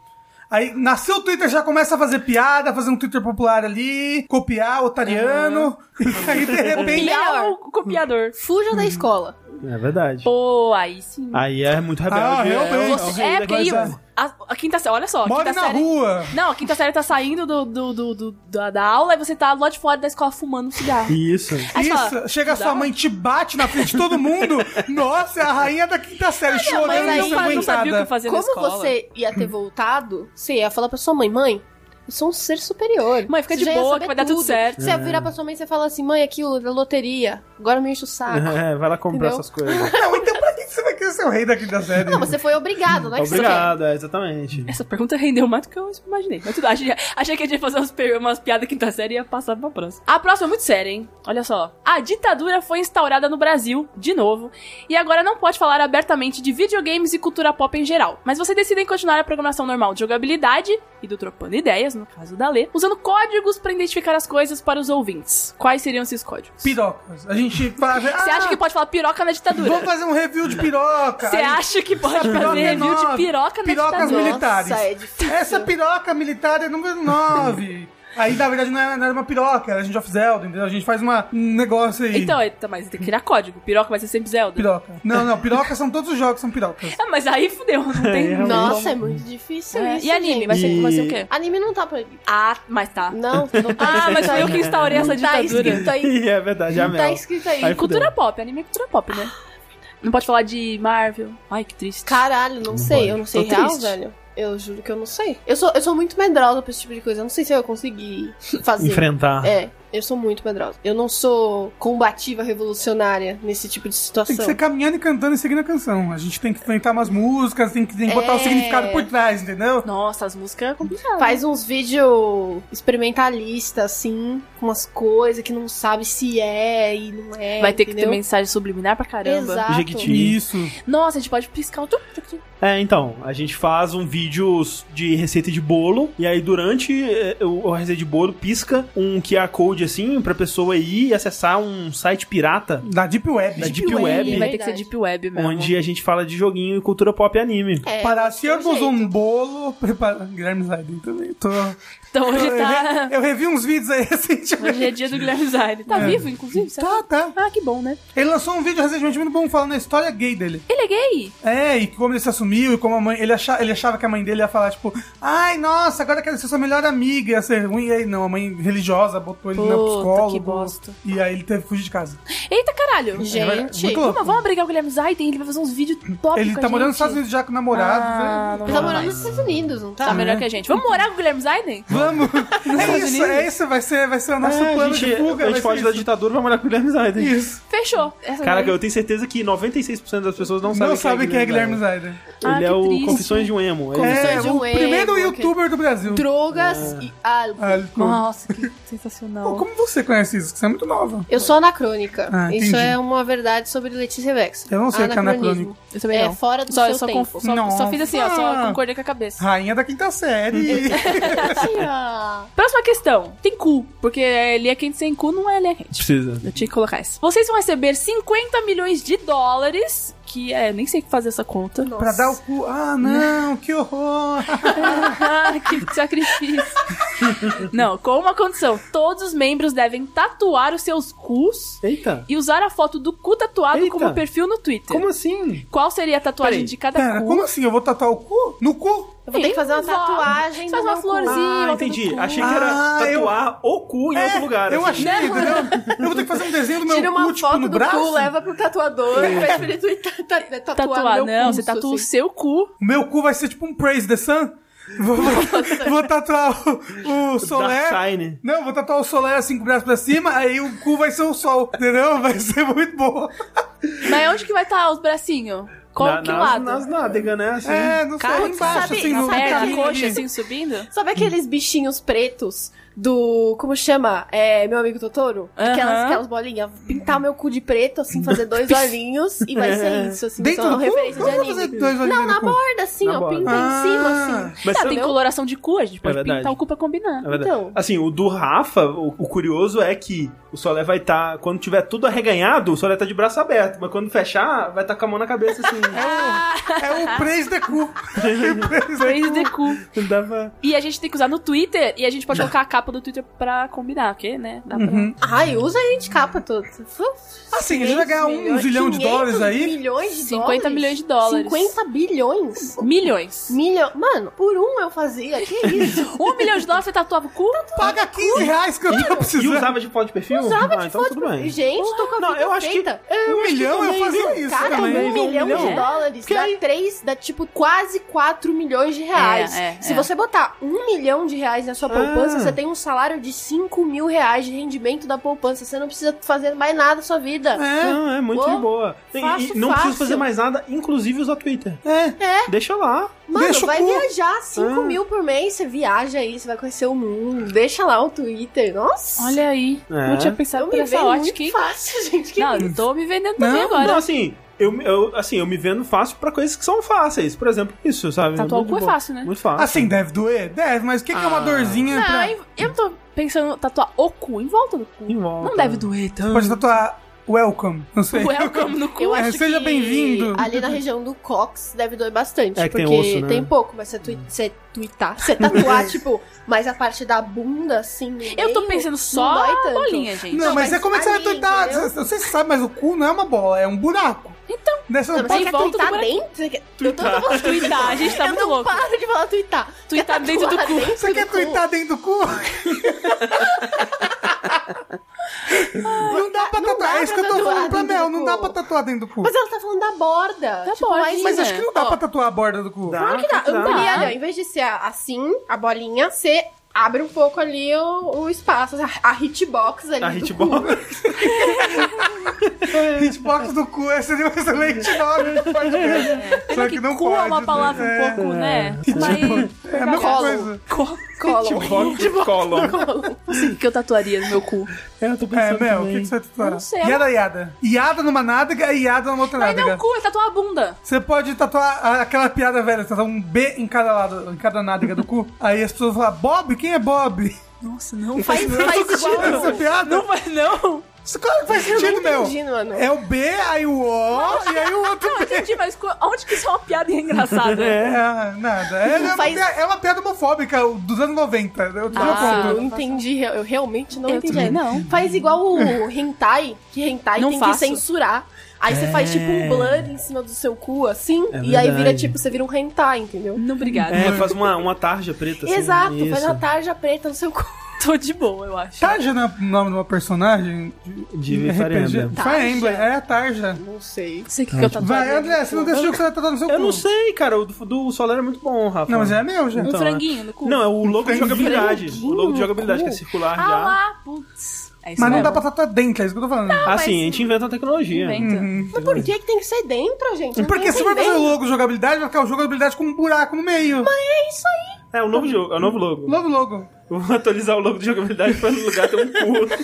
Aí, nasceu o Twitter, já começa a fazer piada, fazer um Twitter popular ali, copiar otariano, <laughs> e aí de repente...
Copiar o copiador.
Fuja
Uhum.
da escola.
É verdade.
Pô, aí sim.
Aí é muito
Ah,
rebelde.
realmente.
o
Você-
rei
é,
da
porque aí,
coisa.
o- a, a quinta série, olha só, a
More
quinta
na
série...
rua!
Não, a quinta série tá saindo do, do, do- do- da, da aula e você tá lá de fora da escola fumando um
<laughs>
cigarro.
Isso.
Aí você
Isso,
fala,
chega a
"Dá
sua
uma-"
mãe, te bate na frente de
<laughs>
todo mundo. Nossa, é a rainha da quinta série,
mas
chorando
aí
não, fa- não
e
sabia o que
ensanguentada.
fazer na
Como
escola.
você ia ter voltado, você ia falar pra sua mãe, mãe, eu sou um ser superior.
Mãe, fica
Você
de
já ia
boa,
saber
que vai dar tudo certo.
É.
Você ia virar pra sua mãe e você fala assim, mãe, aqui o da loteria, agora me enche
<laughs>
o saco.
É, vai lá comprar
Entendeu?
essas coisas.
Não, então pra que você vai querer ser o rei da quinta série?
Não, você foi obrigado, não é que você quer.
Obrigado, é, exatamente.
Essa pergunta rendeu mais do que eu imaginei. Mas tudo, achei, achei que a gente ia fazer umas, per- umas piadas quinta série e ia passar pra próxima. A próxima é muito séria, hein? Olha só. A ditadura foi instaurada no Brasil, de novo, e agora não pode falar abertamente de videogames e cultura pop em geral. Mas vocês decidem continuar a programação normal de jogabilidade e do Trocando Ideias, no caso da Lê, usando códigos pra identificar as coisas para os ouvintes. Quais seriam esses códigos?
Pirocas. A gente fala... "Ah,
Você acha que pode falar piroca na
Vamos
ditadura?
fazer um review de piroca.
Você
Aí-
acha que pode
piroca
fazer
é
review de
nova.
piroca na
Pirocas
ditadura?
militares.
Nossa, é difícil.
Essa piroca militar é número 9. Aí, na verdade, não era, não era uma piroca, era a gente of Zelda, entendeu? A gente faz uma, um negócio aí.
Então, então, mas tem que criar código. Piroca vai ser sempre Zelda.
Piroca. Não, não, piroca são todos os jogos que são pirocas.
<laughs> Ah, mas aí fudeu, não tem.
realmente.
Nossa, é muito difícil
É,
isso,
e anime,
gente.
vai ser, vai ser o quê?
Anime não tá proibido.
Ah, mas tá.
Não, não tá
Ah,
escrito
mas foi
aí.
eu que instaurei essa
Não tá
ditadura.
escrito aí.
<laughs> é verdade, é a
Não tá
Mel.
escrito aí.
Aí fudeu.
cultura pop, anime é cultura pop, né?
Ah,
Não pode falar de Marvel. Ai, que triste.
Caralho, não sei.
pode.
Eu não sei
Tô
real,
triste.
velho. Eu juro que eu não sei. Eu sou, eu sou muito medrosa pra esse tipo de coisa. Eu não sei se eu ia conseguir fazer.
Enfrentar.
É. Eu sou muito medrosa. Eu não sou combativa, revolucionária nesse tipo de situação.
Tem que ser caminhando e cantando e seguindo a canção. A gente tem que inventar umas músicas, tem que, tem que botar o
É.
significado por trás, entendeu?
Nossa, as músicas é complicado.
Faz uns vídeos experimentalistas, assim, com umas coisas que não sabe se é e não é.
Vai ter que ter
entendeu?
mensagem subliminar pra caramba.
Exato.
Jequiti.
Isso.
Nossa, a gente pode piscar o... tuc, tuc, tuc.
É, então, a gente faz um vídeo de receita de bolo, e aí durante é, o- a receita de bolo pisca um QR Code assim pra pessoa ir e acessar um site pirata,
Da Deep Web.
Da É Deep Web.
Vai ter que ser
Verdade.
Deep Web mesmo.
onde a gente fala de joguinho e cultura pop e anime.
É,
Para
do seu
sermos
jeito.
um bolo preparado. Guilherme Zaiden também. Tô...
Então
<laughs>
hoje
eu,
tá...
revi, eu revi uns vídeos aí <laughs>
Hoje é
recentemente.
dia do Guilherme Zaire. Tá
É.
vivo, inclusive? será?
Tá, tá.
Ah, que bom, né?
Ele lançou um vídeo recentemente muito bom falando a história gay dele.
Ele é gay?
É, e como ele se assumiu e como a mãe. Ele achava, ele achava que a mãe dele ia falar, tipo, ai, nossa, agora quero ser sua melhor amiga, ia ser ruim. E aí, não, a mãe religiosa botou ele na
Puta,
psicóloga.
que bosta.
E aí ele teve que fugir de casa.
Eita, caralho!
Gente,
Muito louco.
Vamos, vamos brigar com o Guilherme Zaiden, ele vai fazer uns vídeos top
Ele
com a
tá morando
gente.
nos Estados Unidos já com o namorado. né?
Ah,
velho.
não
Ele tá
rola
morando
mais.
nos Estados Unidos, não
Tá
tá?
melhor que a gente. Vamos morar com o Guilherme Zaiden?
Vamos! é
Estados
isso,
Unidos?
<laughs> é isso, vai ser, vai ser o nosso
É, a
plano
gente,
de fuga.
a
vai
gente
ser
foge da
isso.
ditadura pra morar com o Guilherme né? Zaiden.
Isso. né?
Fechou. Essa
Caraca,
daí-
eu tenho certeza que 96% das pessoas não,
Não sabe quem é Guilherme
Zaiden.
Zaiden.
Ah,
Ele é
que
o
triste.
Confissões de um Emo. ele-
Confissões
É,
de
o
um emo,
primeiro
ok.
youtuber do Brasil.
Drogas e álcool.
Ah, ele-
Nossa, que
Pô,
sensacional.
como você conhece isso? Que Você é muito nova.
Eu sou anacrônica.
Ah,
Isso
entendi.
é uma verdade sobre Letícia Vex.
Eu não sei o que é
Anacronismo.
Eu também
É
não.
fora do
só,
seu
só
tempo.
conf- só,
Nossa.
só fiz assim, ó, só concordei com a cabeça.
Rainha da quinta série.
Tia.
Próxima questão. Tem cu. Porque é linha quente sem cu não é linha quente.
Precisa.
Eu tinha que colocar essa. Vocês vão receber 50 milhões de dólares. Que é, nem sei fazer essa conta.
pra dar o cu. Ah, não, que horror.
Ah, que <laughs> sacrifício. Não, com uma condição. Todos os membros devem tatuar os seus cus
Eita.
e usar a foto do cu tatuado
Eita.
como perfil no Twitter.
Como assim?
Qual seria a tatuagem
Peraí.
de
Tá
cada
Pera,
cu?
como assim? Eu vou tatuar o cu? No cu?
Eu vou ter que fazer uma
Sim, vó.
tatuagem.
Faz
no
uma
meu cu.
florzinha. volta
Ah,
do
entendi.
cu.
Achei que era
Ah, eu- É,
tatuar o cu em outro lugar.
Eu
assim.
achei, entendeu? Eu vou ter que fazer um desenho do meu
Tira uma
cu, tipo,
foto
no
do
braço.
cu, leva pro tatuador, pede pra ele tuita- ta- tatuar,
Tatuar,
meu
não,
pulso,
você tatua o
assim.
seu cu.
O meu cu vai ser tipo um Praise the Sun. Vou, vou- vou tatuar o, o é Soler.
Dark Shine.
Não, vou tatuar o Soler assim com o braço pra cima, aí o cu vai ser o sol, entendeu? Vai ser muito bom.
Mas é onde que vai estar os bracinhos? Qual
Na-
que
nas,
lado?
Nas nádegas, né? Assim.
É, não sei,
Cara,
lá embaixo,
sabe-
assim, no
sabe
perna,
aquela
caminho
coxa,
ali.
assim, subindo?
Sabe aqueles bichinhos pretos do. Como chama? É, meu amigo Totoro? Aquelas,
Aham.
aquelas bolinhas. Pintar meu cu de preto,
<laughs>
assim, fazer dois olhinhos e vai ser isso, assim.
Dentro
são
do cu?
referência
Como
de
eu vou fazer
anime.
dois olhinhos
Não,
no
na
cu?
borda, assim,
Na
ó,
borda.
pinta
Ah.
em cima, assim.
Mas
Tá,
sabe-
tem coloração de cu, a gente pode
verdade.
pintar o cu pra combinar.
É verdade.
Então.
Assim, o do Rafa, o, o curioso é que o Solé vai estar. quando tiver tudo arreganhado, o Solé tá de braço aberto. Mas quando fechar, vai estar com a mão na cabeça assim.
Ah,
É o Praise the cu. Praise the
Praise the cu.
Não dá pra-
E a gente tem que usar no Twitter e a gente pode colocar a capa do Twitter pra combinar, ok, né?
Tá
Dá pra...
Uhum.
Ai, usa a gente capa toda.
Assim, a gente vai ganhar um zilhão de dólares aí.
milhões de
50
dólares?
milhões de dólares.
50 bilhões? <laughs>
Milhões.
Milhão. Mano, por um eu fazia.
<laughs>
Que isso?
Um milhão de dólares você tatuava o cu?
Paga 15 reais que eu tô precisando.
E usava de pó de perfil?
Usava
ah,
de
então
foto
tudo
pra-
bem.
Gente, tô com a
Não,
vida
eu acho que-
feita.
um milhão eu
também,
fazia
viu?
isso
Cara,
também.
um milhão de
milhão. né?
dólares
Que
dá
aí-
três, dá tipo quase 4 milhões de reais.
É, é,
Se
é.
você botar um milhão de reais na sua poupança,
Ah.
você tem um salário de 5 mil reais de rendimento da poupança. Você não precisa fazer mais nada na sua vida.
É,
Não, é muito
Pô,
de boa. E- e
fácil,
não precisa
fácil.
fazer mais nada, inclusive usar Twitter.
é.
Deixa lá.
Mano,
Deixa o
vai
cu.
viajar 5
Ah.
mil por mês, você viaja aí, você vai conhecer o mundo, deixa lá o Twitter. Nossa,
Olha aí.
É.
Não tinha
eu
pensado por
me
essa
vejo
ótica,
muito
hein?
fácil, <laughs> gente. Que
Não, eu tô me vendendo
Não,
também
Não,
agora.
assim, eu, eu- assim, eu me vendo fácil pra coisas que são fáceis. Por exemplo, isso, sabe?
Tatuar o cu
Muito
é
bom.
fácil, né?
Muito fácil.
Assim, deve doer? Deve, mas o que, que é uma
Ah.
dorzinha
Não,
pra...
eu, eu tô pensando em tatuar o cu, em volta do cu.
Em volta.
Não deve doer tanto.
Pode tatuar welcome, não sei.
Welcome no cu.
Eu
É,
acho
seja
que
bem-vindo.
Ali na região do Cox deve doer bastante.
É que
porque
tem osso, né?
tem pouco, mas você, tui, você tuitar, você tatuar, tipo, mas a parte da bunda, assim. no
Eu tô
meio,
pensando
não
só
dói
a
tanto.
bolinha, gente.
Não, mas, é como é que você vai
ali,
tuitar?
entendeu?
Você, você sabe, mas o cu não é uma bola, é um buraco.
Então.
Né, Você
Não,
não pode...
mas você
Aí
quer
volta o
tuitar
buraco.
dentro? Você quer- Eu tô, eu tô falando-
Tuitar, a gente tá
eu
muito
não
louco.
paro de falar tuitar.
Tuitar
Quer
dentro do
tatuar
cu.
dentro
Você quer
do
tuitar dentro do cu? Não dá pra
dá
tatuar, é isso que
pra
eu tô
tatuar
falando pra
dentro
Mel,
do
não
cu.
dá pra tatuar dentro do cu.
Mas ela tá falando da borda.
Da né?
tipo,
bordinha.
Mas
Mas acho que não dá
Ó.
pra tatuar a borda do cu.
Tá,
Dá,
Claro que dá.
dá.
Ampliar, ao invés de ser assim, a bolinha, ser abre um pouco ali o, o espaço, a, a hitbox ali.
A
do
hitbox.
<laughs> Hitbox do cu, essa seria um excelente nome. Pode ver. Só
Pena
que
que
não
cu
pode.
é uma palavra
né?
um pouco, né? Mas...
É a mesma
Colo.
coisa.
Qual
cu. Colon.
Hitbox de Colon.
que eu tatuaria no meu cu?
É, eu tô
É,
pensando
Mel, o que,
também.
que você vai tatuar?
Não sei,
Yada, yada. Yada numa nádega e yada numa outra
Não é
nádega.
meu cu, é tatuar a bunda.
Você pode tatuar a- aquela piada velha, tatuar um B em cada lado, em cada nádega do cu. <laughs> Aí as pessoas falam, Bob? Quem é Bob?
Nossa, não faz,
Nunca
faz
tinha
igual.
essa piada?
Não faz, não.
Isso claro que faz
Eu
sentido,
não
Mel.
entendi, mano.
É o B, aí o O, e aí o outro
Não,
B.
entendi, mas co- onde que isso é uma piada engraçada?
<laughs> É, nada. É, uma,
faz-
piada, é uma piada homofóbica o dos anos 90. Eu tô
Ah,
eu
falando.
não entendi, eu realmente não
Eu
entendi.
também não.
Faz igual o hentai, que hentai
Não
tem
faço.
que censurar. Aí você faz tipo um blood em cima do seu cu, assim, e aí vira
É. verdade.
tipo, você vira um hentai, entendeu?
Não, obrigada.
É, faz uma, uma tarja preta. assim,
Exato,
isso. É
faz uma tarja preta no seu cu.
É.
Tô de boa, eu acho.
Tarja não é o nome de uma personagem
De
RPG?
Fire Emblem.
Fire Emblem, é a Tarja.
Não sei.
Não sei o que, que eu tatuaria.
Vai, André, você não decidiu o que você vai tatuar no seu
Eu
cu.
não sei, cara. O do, do Solar é muito bom, Rafa.
Não, mas é meu, já.
Um
Então,
franguinho no cu?
Não, é o logo de jogabilidade. O logo de jogabilidade que é circular
Ah
já.
lá, putz. É isso
Mas não
mesmo.
dá pra tatuar dentro, é isso que eu tô falando.
mas-
Assim, a gente inventa uma tecnologia.
Inventa.
Uhum.
Mas por que, que tem que ser dentro, gente? Eu não
Porque
tô
se for fazer o
entendendo.
logo de jogabilidade, vai ficar o jogo de jogabilidade com um buraco no meio.
É isso aí.
É o novo jogo, é o novo logo.
Novo logo.
Eu Vou atualizar o logo de jogabilidade pra no lugar ter um cu.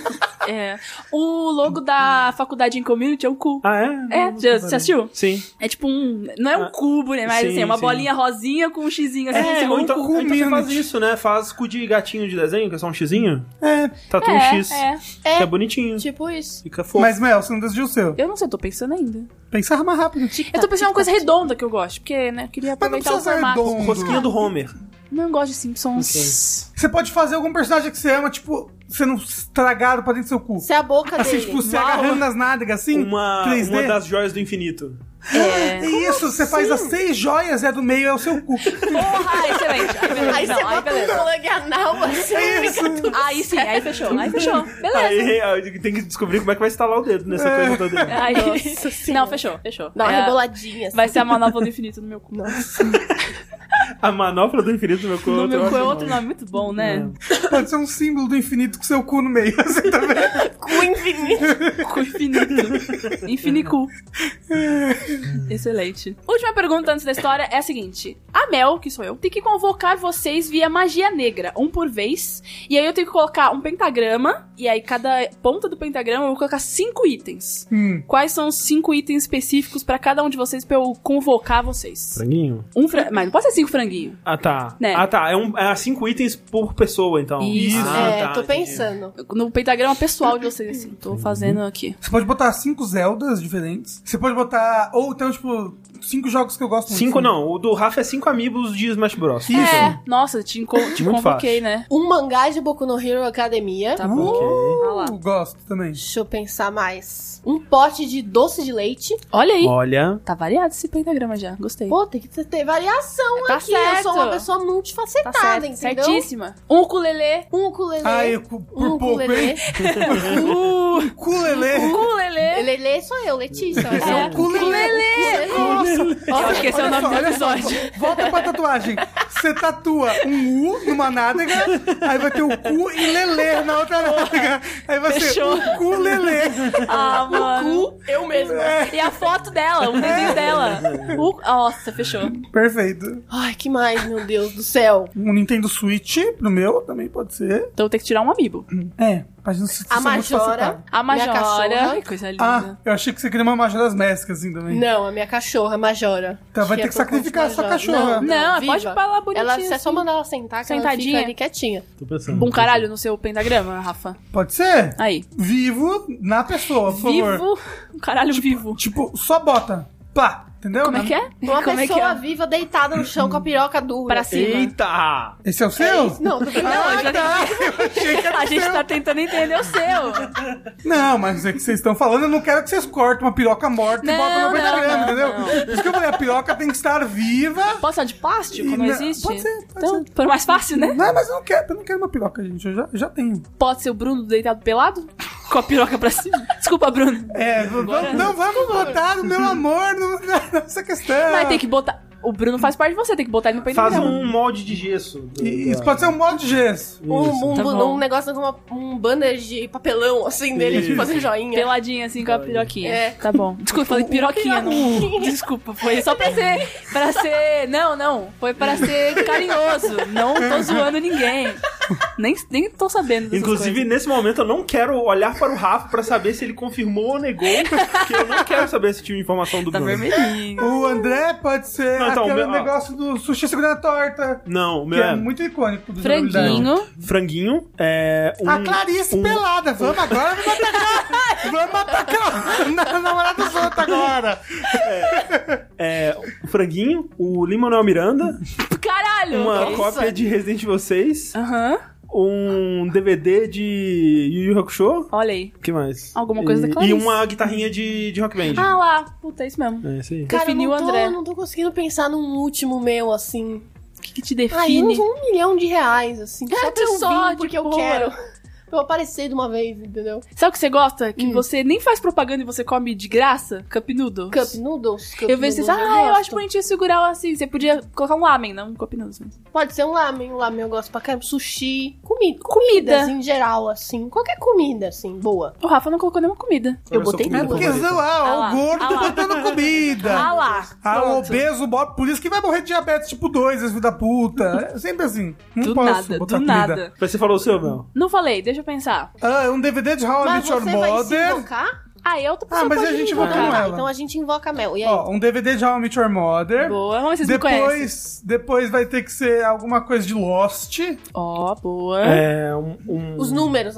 É. O logo da faculdade em community é o cu.
Ah, é?
É,
Não,
já- você
não sei.
assistiu?
Sim.
É tipo um. Não é um
Ah,
cubo, né? Mas
sim,
assim, é uma
sim.
bolinha rosinha com um xizinho assim.
É,
assim,
ou
um
então,
cu.
ou então você
Community.
faz isso, né? Faz cu de gatinho de desenho, que é só um xizinho.
É,
Tatua
É,
um X.
é.
É.
Que é bonitinho.
Tipo isso.
Fica fofo.
mas Mel, você não decidiu o seu.
Eu não sei, eu tô pensando ainda.
Pensar mais rápido.
Eu tô pensando em uma coisa redonda que eu gosto, porque, né, eu queria
Tá, assim. Mas não
aproveitar
precisa
o
ser
formato.
redondo.
Rosquinha do Homer.
Não eu gosto de Simpsons.
Você pode fazer algum personagem que você ama, tipo, sendo estragado pra dentro do seu cu.
Se é a boca
Assim,
dele.
tipo, se
Uau.
agarrando nas nádegas, assim,
Uma,
3D.
uma das joias do infinito.
É. assim?
É isso, você faz as seis joias, é do meio, é o seu cu.
<laughs>
Porra, excelente. Aí, beleza.
Aí
Não,
você
aí,
bota
beleza.
um plug
É
anal assim.
Aí sim, aí fechou. Aí fechou. Beleza.
Aí, aí tem que descobrir como é que vai instalar o dedo nessa
É.
coisa toda. aí.
Aí-
Nossa Senhora.
Não, fechou, fechou.
Dá uma
É,
reboladinha. Assim.
Vai ser a manopla do infinito no meu cu.
Nossa.
A manopla do infinito no meu cu.
No
eu
meu
acho
cu é
bom.
outro nome muito bom, né?
Pode ser um símbolo do infinito com seu cu no meio. <laughs> Assim, tá vendo?
Cu infinito.
Cu infinito. Infinicu. Excelente. Última pergunta antes da história é a seguinte: A Mel, que sou eu, tem que convocar vocês via magia negra, um por vez. E aí eu tenho que colocar um pentagrama. E aí, cada ponta do pentagrama eu vou colocar cinco itens.
Hum.
Quais são os cinco itens específicos pra cada um de vocês pra eu convocar vocês?
Franguinho?
Um fra... Mas não pode ser cinco franguinhos.
Ah, tá.
Né.
Ah, tá. É, um, é cinco itens por pessoa, então.
Isso.
Ah,
é,
tá,
tô
entendi.
pensando.
No pentagrama pessoal de vocês, assim. Tô fazendo aqui.
Você pode botar cinco Zeldas diferentes. Você pode botar. Ou então, tipo, cinco jogos que eu gosto muito.
Cinco não. O do Rafa é cinco amigos de Smash Bros.
Isso.
É, nossa, te, enco- te
Muito
convoquei,
fácil. Uhum.
né?
Um mangá de Boku no Hero Academia.
Tá bom.
Ok.
Ah lá.
Eu gosto também.
Deixa eu pensar mais. Um pote de doce de leite.
Olha aí.
Olha.
Tá variado esse pentagrama já. Gostei.
Pô, tem que ter variação
Tá
aqui. né? Eu
certo.
sou uma pessoa multifacetada, entendeu?
Tá certíssima. Um ukulele.
Um ukulele.
Ah, eu cu- por
um
pouco, hein?
ukulele.
<laughs>
Uh,
Culelê.
ukulele.
Lele sou eu,
<laughs>
Letícia.
É,
um
ukulele. Eu acho que esse é o
Olha
nome
só,
do
olha só.
episódio.
Volta pra tatuagem. Você tatua um U numa nádega, aí vai ter o cu e lelê na outra nádega. Aí vai
Fechou.
ser o cu lelê.
Ah, mano. É.
Cu, eu mesma.
E a foto dela, o desenho dela. U- Nossa, fechou.
Perfeito.
Ai, que mais, meu Deus do céu.
Um Nintendo Switch pro meu também pode ser.
Então eu tenho que tirar um amigo.
É, mas não se
A
são muito
Majora.
facetados.
A
Minha
Majora.
cachorra.
Que coisa linda.
Ah, eu achei que você queria uma Majora das Mescas assim também.
Não, a minha cachorra, a Majora.
Então vai
Que
ter
é
que
por conta
sacrificar
de
sua
Majora.
cachorra.
Não,
viva.
pode falar bonitinha
Ela, você é só
assim.
mandar ela sentar, que
Sentadinha.
ela fica ali quietinha.
Tô pensando.
Bum caralho no seu pentagrama, Rafa.
Pode ser?
Aí.
Vivo na pessoa, por favor.
Ah. Vivo. Um caralho vivo.
Tipo, só bota. Pá, entendeu?
Como é que é?
Uma
Como é que
pessoa
é?
viva deitada no chão com a piroca dura.
Pra cima.
Eita!
Esse é o seu?
É isso? Não, tô brincando.
Não,
Ah,
já-
tá. Eu <laughs> achei que era
<laughs> A
o
gente
seu.
tá tentando entender o seu.
Não, mas é que vocês estão falando, eu não quero que vocês cortem uma piroca morta e
Não,
botem no
não,
pentagrama,
não,
entendeu? Por isso que eu falei, a piroca tem que estar viva.
Pode ser de plástico?
E
Tipo, Não,
não-
existe?
pode ser, pode
então, por mais fácil, né?
Não, mas eu não quero, eu não quero uma piroca, gente. Eu já, já tenho.
Pode ser o Bruno deitado pelado? Com a piroca pra cima? Desculpa, Bruno. É.
É, v- vamos, não vamos botar o meu amor no- na- nessa questão.
Mas tem que botar. O Bruno faz parte de você, tem que botar ele no peito
Faz
dela.
um molde de gesso. do-
E- Isso pode ser um modo de gesso.
Um, um,
tá bom.
um negócio com uma- um banner de papelão, assim, dele,
Isso.
de fazer joinha.
Peladinha, assim, com a piroquinha.
É.
Tá bom. <laughs> Desculpa, falei piroquinha. Não. Desculpa, foi só pra ser... Pra ser... Não, não. Foi pra ser carinhoso. Não tô zoando ninguém. Nem, nem tô sabendo dessas
Inclusive,
coisas.
nesse momento, eu não quero olhar para o Rafa pra saber se ele confirmou ou negou, porque eu não quero saber esse tipo de informação do
Tá
Bruno.
vermelhinho.
O André pode ser
Não, então,
aquele
o meu-
negócio do sushi segurando a torta,
Não, o
que
meu
é,
é
muito icônico. do jogabilidade.
Franguinho.
franguinho, é um...
A Tá Clarice
um-
pelada. Vamos agora,
<laughs>
vamos atacar. Vamos atacar na namorada dos outros agora.
é, o franguinho, o Limonel Miranda,
Caralho!
uma
ok.
cópia de Resident Evil 6,
Aham.
um DVD de Yu Yu Hakusho,
Olha aí.
o que mais?
Alguma coisa
e,
da Clarice.
E uma guitarrinha de, de rock band.
Ah lá. Puta, é isso mesmo.
É isso aí.
Cara, eu
Definiu
não
o
tô,
André.
não tô conseguindo pensar num último meu, assim.
O que, que te
Ai,
define?
uns um milhão de reais, assim. Só pra
Gato
eu
só,
vir,
de
porque eu
boa.
quero. <laughs> Pra eu aparecer de uma vez, entendeu?
Sabe o que você gosta? Que você nem faz propaganda e você come de graça? Cup noodles.
Cup noodles. Cup
Eu vejo
noodles
assim, ah, eu
gosto.
acho bonitinho segurar assim. Você podia colocar um lamen, não um cup noodles. Mas...
Pode ser um lamen, um lamen eu gosto pra caramba. Sushi, comida. Comidas em geral, assim. Qualquer comida, assim, boa.
O Rafa não colocou nenhuma comida.
Qual é
Eu
a sua
botei
comida
duas.
Porque
favorita?
zoar,
Ah
ah,
lá,
o gordo
ah lá.
botando comida.
Ah lá.
Ah, o
pronto.
obeso, bo- por isso que vai morrer de diabetes tipo 2, esse filho da puta. É sempre assim. Não
Do
posso
nada,
botar
do
comida.
nada.
Mas você falou o seu, Mel?
Não falei, deixa eu pensar.
Ah, um DVD de How I Met
Mas
Your
você vai se
Mother.
invocar?
Ah, eu tô
Ah, mas a gente vai
Ah,
com
tá,
ela.
Então a gente invoca a Mel. E aí?
Ó, um DVD de How I Met Your Mother.
Boa, vamos ver se vocês me conhecem.
Depois, depois vai ter que ser alguma coisa de Lost.
Ó, boa.
É, um... um-
os Ah, tá.
os
números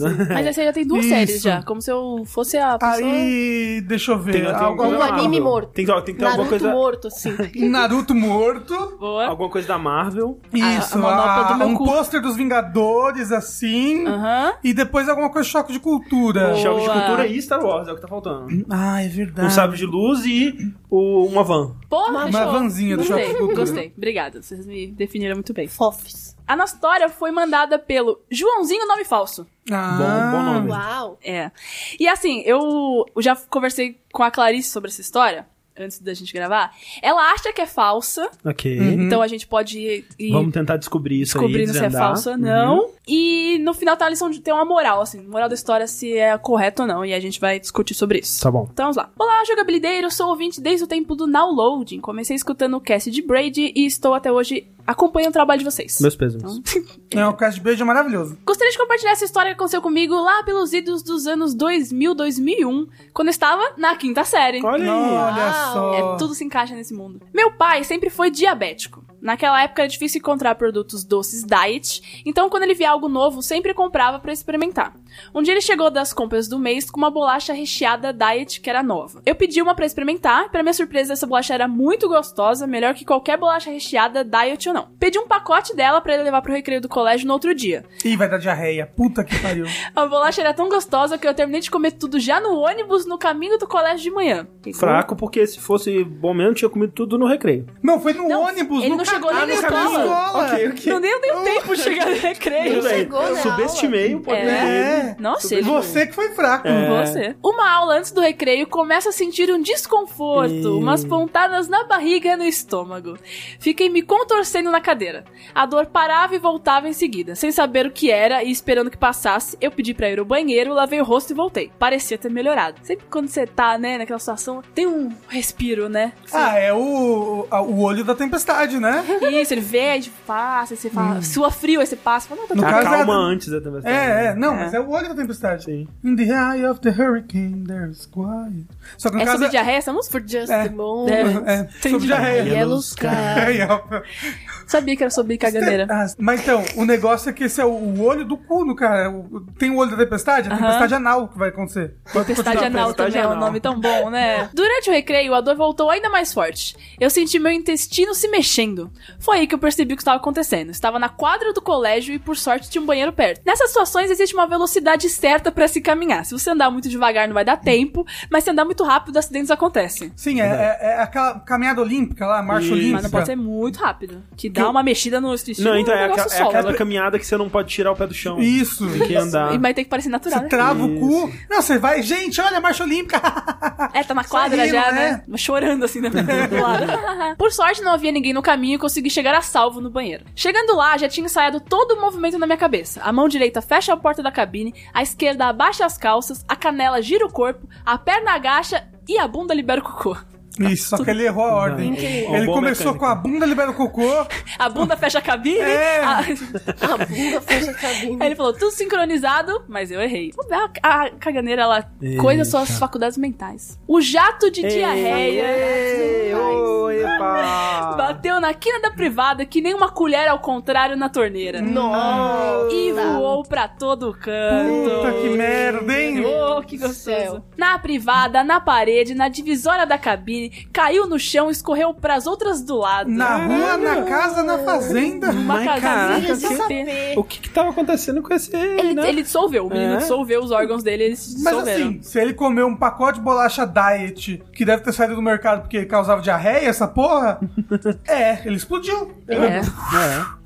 números,
<laughs>
né?
Mas aí você já tem duas
Isso.
séries já. Como se eu fosse a pessoa...
Aí, deixa eu ver.
Tem- um tem
algo-
alguma coisa da
anime
Marvel.
morto.
Tem, que- tem que ter Então,
Naruto
alguma coisa, <laughs>
morto, assim.
um Naruto morto.
Boa.
alguma coisa da Marvel.
Isso,
manopla do
ah,
meu
um
cu. Ah.
pôster dos Vingadores, assim.
Aham.
E depois alguma coisa de choque de cultura.
Boa.
Jogos de cultura e Star Wars, é o que tá faltando.
Ah, é verdade.
Um sábio de luz e o- uma van.
Porra,
Uma-
fechou.
uma vanzinha do
Gostei,
Shopping Cultura.
Gostei, obrigada. Vocês me definiram muito bem.
Fofs.
A nossa história foi mandada pelo Joãozinho Nome Falso.
Ah,
Bom- bom nome.
Uau.
É. E assim, eu já conversei com a Clarice sobre essa história, antes da gente gravar. Ela acha que é falsa,
Ok.
Uhum.
então a gente pode ir, ir
Vamos tentar descobrir isso aí.
descobrindo se é
desvendar. Uhum.
falsa ou não. E no final tá a lição de ter uma moral, assim, moral da história se é correto ou não, e a gente vai discutir sobre isso.
Tá bom.
Então vamos lá. Olá, jogabilideiro, sou ouvinte desde o tempo do downloading. Comecei escutando o cast de Brady e estou até hoje acompanhando o trabalho de vocês.
Meus pesos.
Então,
É, o cast de beijo é maravilhoso.
Gostaria de compartilhar essa história que aconteceu comigo lá pelos idos dos anos 2000, 2001, quando eu estava na quinta série.
Olha aí.
Olha
Uau.
só.
É, tudo se encaixa nesse mundo. Meu pai sempre foi diabético. Naquela época era difícil encontrar produtos doces diet, então quando ele via algo novo, sempre comprava pra experimentar. Um dia ele chegou das compras do mês com uma bolacha recheada diet que era nova. Eu pedi uma pra experimentar, e pra minha surpresa essa bolacha era muito gostosa, melhor que qualquer bolacha recheada diet ou não. Pedi um pacote dela pra ele levar pro recreio do colégio no outro dia.
Ih, vai dar diarreia. Puta que
tá
pariu.
A bolacha era tão gostosa que eu terminei de comer tudo já no ônibus no caminho do colégio de manhã.
Fraco, porque se fosse bom mesmo, tinha comido tudo no recreio.
Não, foi no
Não,
ônibus.
ele
no
não
ca-
chegou nem
ah,
na
no caminho da
escola.
escola.
Ok, ok.
Não deu nem
<laughs>
o tempo de chegar no recreio.
Tudo bem.
chegou
Eu
na
subestimei o poder.
É. Nossa, ele...
Você que foi fraco.
É.
Com Você. Uma aula antes do recreio começa a sentir um desconforto, umas pontadas na barriga e no estômago. Fiquei me contorcendo na cadeira. A dor parava e voltava em seguida. Sem saber o que era e esperando que passasse, eu pedi pra ir ao banheiro, lavei o rosto e voltei. Parecia ter melhorado. Sempre quando você tá, né, naquela situação, tem um respiro, né?
Ah, é o, a- o olho da tempestade, né?
Isso, ele vê, aí passa, aí você fala, sua frio, aí você passa, fala, não, tá
Hum. No
tudo
caso,
bem.
Acalma
é-
antes da tempestade.
É, é. Não, mas é o olho da tempestade.
Sim.
In the eye of the hurricane, there's quiet. Só que no
É
caso...
sobre diarreia essa música?
For just
É.
a moment.
Deve.
<laughs> É, sobre
Entendi.
diarreia.
Yellow sky.
Sabia que era sobre caganeira.
Ah, mas então, o negócio é que esse é o olho do cuno, cara. O- Tem o olho da tempestade, é a tempestade anal que vai acontecer.
Tempestade anal
Tempestade
também é um
anal.
nome tão bom, né? Durante o recreio, a dor voltou ainda mais forte. Eu senti meu intestino se mexendo. Foi aí que eu percebi o que estava acontecendo. Estava na quadra do colégio e, por sorte, tinha um banheiro perto. Nessas situações, existe uma velo- velocidade certa pra se caminhar. Se você andar muito devagar, não vai dar tempo, mas se andar muito rápido, acidentes acontecem.
Sim, é, é, é aquela caminhada olímpica lá, marcha
Isso.
olímpica.
Mas não pode ser muito rápido. Que dá
Que-
uma mexida no estilo
Não, então
um
é, aqua-
negócio
é
solo.
aquela caminhada que você não pode tirar o pé do chão.
Isso.
Tem que andar.
E vai ter que parecer natural,
Você
né?
trava o cu. Não, você vai. Gente, olha a marcha olímpica. <laughs>
É, tá na quadra
Sorrindo,
já,
né?
né? Chorando assim, né? <laughs> Do lado. Por sorte, não havia ninguém no caminho e consegui chegar a salvo no banheiro. Chegando lá, já tinha ensaiado todo o movimento na minha cabeça. A mão direita fecha a porta da cabine, a esquerda abaixa as calças, a canela gira o corpo, a perna agacha e a bunda libera o cocô.
Isso, só que ele errou a ordem.
Incrível. Uma
Ele
boa
começou
mecânica.
com a bunda, libera o cocô.
A bunda fecha a cabine.
É.
a- <laughs>
A bunda fecha a cabine.
Aí ele falou, tudo sincronizado, mas eu errei. A, a caganeira, ela
Eita.
coisa suas faculdades mentais. O jato de diarreia. né?
Ei, oi,
<laughs>
epa.
Bateu na quina da privada que nem uma colher ao contrário na torneira.
Nossa.
E voou pra todo
Puta
canto.
que merda, hein?
Oh, que gostoso.
Céu.
Na privada, na parede, na divisória da cabine, caiu no chão e escorreu pras outras do lado.
Na rua, na casa, na fazenda.
Uma
Mas,
casinha
caraca,
de
que-
sapê.
O que que tava acontecendo com esse,
Ele,
né?
ele dissolveu, o menino
É.
dissolveu os órgãos dele, eles se
Mas
dissolveram.
assim, se ele comeu um pacote de bolacha diet, que deve ter saído do mercado porque causava diarreia,
<laughs>
essa porra, é, ele explodiu.
É.
É.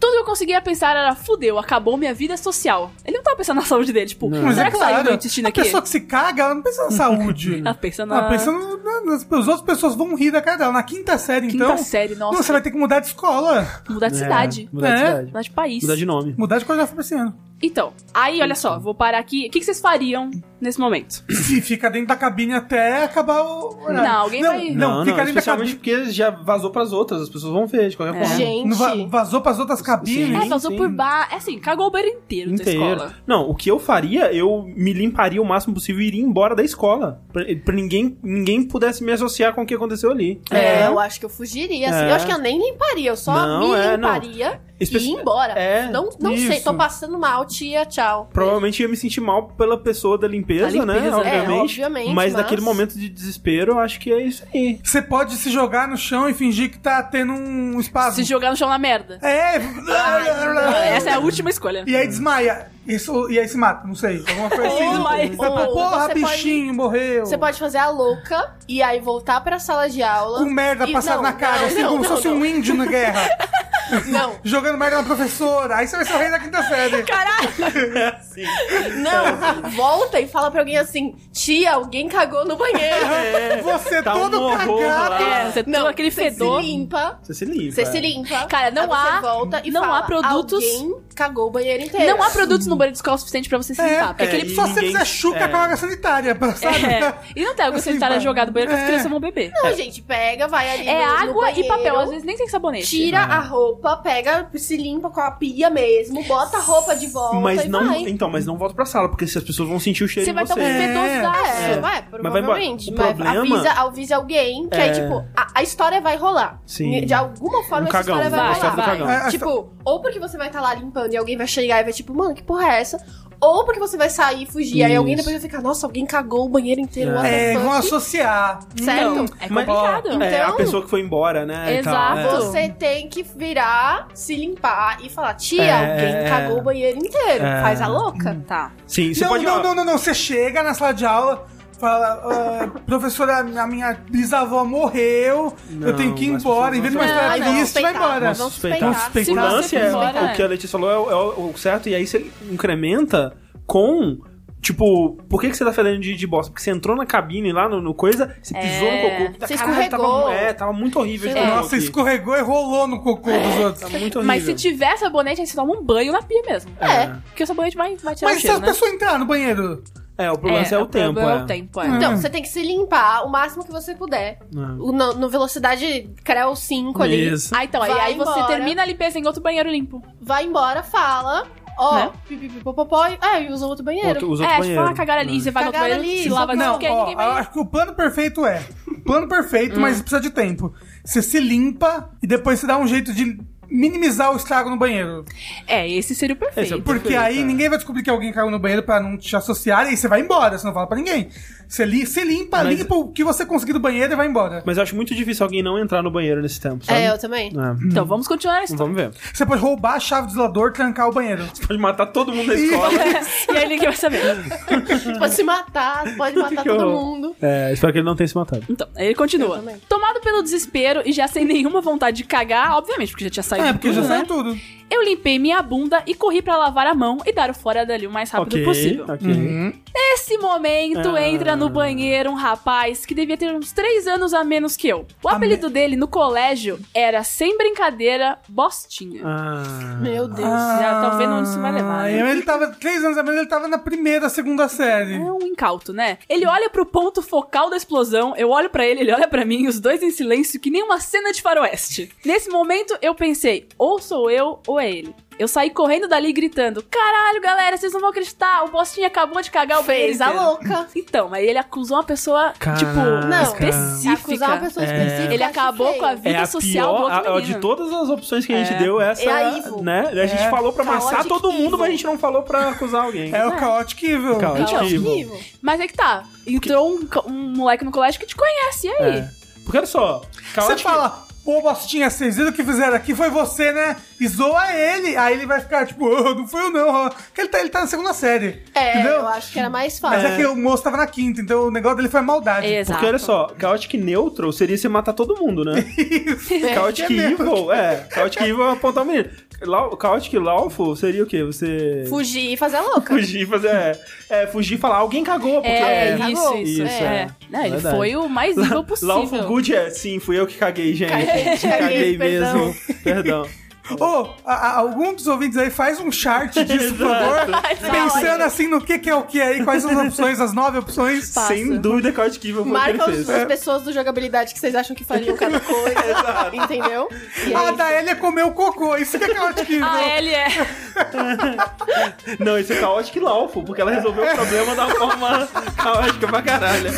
Tudo que eu conseguia pensar era, fudeu, acabou minha vida social. Ele não tava pensando na saúde dele, tipo,
Não.
Mas
será
é
que
claro,
saiu do intestino
a
aqui?
pessoa tá que se caga, ela não
<laughs>
pensa na saúde.
Ela pensa na...
Ela pensa no- na- nas as outras pessoas vão rir da cara dela. Na quinta série,
Quinta
então.
série, nossa.
Não, você vai ter que mudar de escola.
Mudar de cidade.
É, Mudar de
É.
cidade.
Mudar de país.
Mudar de nome.
Mudar de coreografia esse ano.
Então, aí olha só, vou parar aqui. O que, que vocês fariam nesse momento?
Se fica dentro da cabine até acabar o. horário.
Não, alguém
não,
vai-
Não, fica dentro da
especialmente
cabine.
porque já vazou pras outras, as pessoas vão ver de qualquer
É.
forma.
Gente.
Não va- vazou pras outras cabines.
É,
Sim,
vazou
sim.
por bar. É assim, cagou o banheiro inteiro, da
Inteiro.
escola.
Não, o que eu faria, eu me limparia o máximo possível e iria embora da escola. Pra, pra ninguém, ninguém pudesse me associar com o que aconteceu ali.
É, eu acho que eu fugiria, assim.
É.
Eu acho que eu nem limparia, eu só
Não,
me
é, não.
limparia
Espe-
e ia embora.
É,
não não sei,
isso.
tô passando mal, tia, tchau.
Provavelmente ia me sentir mal pela pessoa da limpeza,
Da limpeza,
né?
é,
Obviamente.
obviamente,
mas
mas-
naquele momento de desespero, eu acho que é isso aí.
Você pode se jogar no chão e fingir que tá tendo um
Se
espasmo.
jogar no chão na
<laughs>
merda.
É.
<laughs>
Essa é a última escolha.
E aí desmaia. Isso, e aí se mata, não sei. Alguma coisa
<laughs>
assim.
Desmaia.
Você fala,
Ou
Porra,
você
bichinho, morreu.
Você pode fazer a louca e aí voltar pra sala de aula.
Com merda
e-
passada
não,
na cara,
não,
assim,
não,
como se
não,
fosse
não.
um índio na guerra. <laughs>
Não,
jogando merda na professora. Aí você vai ser o rei da quinta
<laughs>
série.
não. Volta e fala pra alguém assim: tia, alguém cagou no banheiro.
Você
Tá um
todo
horror
cagado.
lá.
É, você
Não,
É, tem aquele
você
fedor.
se limpa.
Você se é. limpa.
Você se limpa.
Cara, não
aí
há-
Você volta e
não
fala,
há produtos-
Alguém cagou o banheiro inteiro.
Não há produtos no banheiro de escola suficiente pra você se
É,
limpar.
porque
porque
aquele-
ele-
só se você
ninguém-
fizer chuca
é.
com água sanitária, pra- sabe?
<laughs> É. E não tem água
Assim,
sanitária
vai.
jogada no banheiro que as
É.
crianças vão beber.
Não, gente, pega, vai ali.
É
no- no
água e
banheiro,
papel, às vezes nem tem sabonete.
Tira a roupa, pega, se limpa com a pia mesmo, bota a roupa de volta
Mas
e
não,
vai.
então, mas não volta pra sala, porque se as pessoas vão sentir o cheiro
Você
em
vai
você.
estar um fedorzaço.
É.
É, vai,
Mas vai embora.
provavelmente.
O
Mas,
problema-
avisa, avisa alguém que aí,
É.
tipo, a, a história vai rolar.
Sim.
De alguma forma
Um
essa
cagão,
história vai
vai,
rolar.
vai, vai.
cagão.
É,
Tipo, ou porque você vai estar lá limpando e alguém vai chegar e vai, tipo, mano, que porra é essa? Ou porque você vai sair e fugir. Aí alguém
Isso.
depois vai ficar, nossa, alguém cagou o banheiro inteiro.
É.
what the
É,
fuck?
vão associar.
Certo.
Não, é complicado.
Ó,
É, a
Então-
pessoa que foi embora, né? e tal,
Exato.
é.
Você tem que virar, se limpar e falar: Tia,
É.
alguém cagou o banheiro inteiro.
É.
Faz a louca.
Tá.
Sim, você
não,
pode...
não, não, não, não. Você chega na sala de aula, fala, "Ah, professora, a minha bisavó morreu, eu
Não,
tenho que ir
mas
embora.
pessoas
Em vez de
vão
uma história
Não, não,
triste, vai
suspeitar.
embora.
Vamos
suspeitar.
suspeitar.
Se
O lance
você
é
for
o que a Letícia falou é o, é o- o certo, e aí você incrementa com. Tipo, por que, que você tá fedendo de, de bosta? Porque você entrou na cabine lá no, no coisa, você pisou
É.
no cocô. puta,
Você
caralho,
escorregou.
Tava, é, tava muito horrível. de
É.
cocô
Nossa,
aqui.
escorregou e rolou no cocô
É.
dos outros.
Tá muito horrível.
Mas se tiver sabonete, aí você toma um banho na pia mesmo.
É.
Porque o sabonete vai, vai tirar
Mas
o
se as
cheiro, né?
pessoas entrar no banheiro?
É, o problema é, o tempo.
problema
É.
é o tempo, é.
Então, você tem que se limpar o máximo que você
É.
puder. O- No, no velocidade Creu 5 ali.
Isso.
Ah, então, aí,
Vai
aí você
embora.
termina a limpeza em outro banheiro limpo.
Vai embora, fala. Ó,
Né?
pipipipopopó. É, e usa outro banheiro.
Outro- usa
é,
outro
tipo, ah,
banheiro.
cagar ali, você vai no outro
Cagar
banheiro,
ali,
se
só
lava,
pra-
não,
Não,
porque
ó,
ninguém vai... Hum.
eu acho que o plano perfeito é. Plano perfeito, mas precisa de tempo. Você se limpa e depois você dá um jeito de minimizar o estrago no banheiro.
É, esse seria o perfeito.
Esse é o
Porque
Perfeito,
aí
é.
ninguém vai descobrir que alguém caiu no banheiro pra não te associar, e aí você vai embora, você não fala pra ninguém. Você, li, você limpa,
Mas-
limpa o que você conseguir do banheiro e vai embora.
É. Mas eu acho muito difícil alguém não entrar no banheiro nesse tempo, sabe?
É, eu também.
É.
Então vamos continuar a história.
Vamos ver.
Você pode roubar a chave do zelador, trancar o banheiro.
Pode matar todo mundo da escola.
e aí ninguém vai saber.
Você <laughs> pode se matar, você pode matar
<laughs> Que
todo
horror.
mundo.
É, espero que ele não tenha se matado.
Então, aí ele continua.
Eu também.
Tomado pelo desespero e já sem nenhuma vontade de cagar, obviamente, porque já tinha saído
É, porque já
tudo,
saiu
né?
tudo.
Eu limpei minha bunda e corri pra lavar a mão e dar o fora dali o mais rápido
Ok,
possível.
ok.
Uhum.
Nesse momento,
Ah.
entra no banheiro um rapaz que devia ter uns 3 anos a menos que eu. O apelido dele no colégio era, sem brincadeira, Bostinha.
Ah.
Meu Deus.
já tô vendo onde isso vai levar, né?
Ah, Ele tava, três anos a menos, ele tava na primeira, segunda série.
É um incauto, né? Ele olha pro ponto focal da explosão, eu olho pra ele, ele olha pra mim, os dois em silêncio, que nem uma cena de faroeste. Nesse momento, eu pensei, ou sou eu, ou é ele. Eu saí correndo dali gritando: Caralho, galera, vocês não vão acreditar, o Bostinha acabou de cagar o
Fez a
banheiro inteiro."
louca.
Então, aí ele acusou uma pessoa,
Caraca.
tipo,
Não,
específica.
Acusar uma pessoa
Ah, É.
específica.
Ele
acho
acabou
feio.
com a vida
a
social do
pior,
outro
a- a
menino.
de todas as opções que a gente
É.
deu, essa,
É a evil.
né? A gente
É.
falou pra amassar
Chaotic
todo mundo,
evil.
mas a gente não falou pra acusar alguém.
É o Chaotic Evil.
Chaotic.
Não,
Tipo,
horrível.
Mas é que tá. Entrou um, ca- um moleque no colégio que te conhece, e aí?
É. Porque olha só,
Você
Chaotic-
fala, pô, Bostinha, vocês viram o que fizeram aqui? Foi você, né? E zoa ele. Aí ele vai ficar tipo, "Ah, não foi eu não. ó." Porque ele tá, ele tá na segunda série.
É,
entendeu?
eu acho que era
Mas
mais fácil.
é. que o moço tava na quinta, então o negócio dele foi maldade.
Exato.
Porque olha só, Chaotic Neutral seria você matar todo mundo, né?
É.
Chaotic Evil, é. Chaotic Evvel é apontar o menino. Lau- Chaotic Lawful seria o quê? Você.
Fugir e fazer a louca.
Fugir, fazer. É, é, fugir e falar, alguém cagou, porque.
É,
é,
isso,
cagou.
isso,
Isso,
é.
é.
Não, ele
Verdade.
foi o mais evil
Lawful
possível.
Good é sim, fui eu que caguei, gente.
Caguei, caguei,
mesmo.
perdão.
Perdão.
Ô, a- a- algum dos ouvintes aí faz um chart disso, por favor.
Exato.
<laughs>
Pensando assim no que, que é o que aí, quais são as opções, as nove opções.
Passa.
Sem dúvida, Chaotic Evil foi o que ele
Marca as
fez.
pessoas do jogabilidade que vocês acham que fariam
<laughs>
cada coisa. entendeu? E
A
Ah,
aí,
da Elia comeu cocô, isso que é Chaotic Evil.
A Ellie é.
Não, isso é Chaotic <laughs> Lawful, porque ela resolveu o problema da forma caótica pra caralho.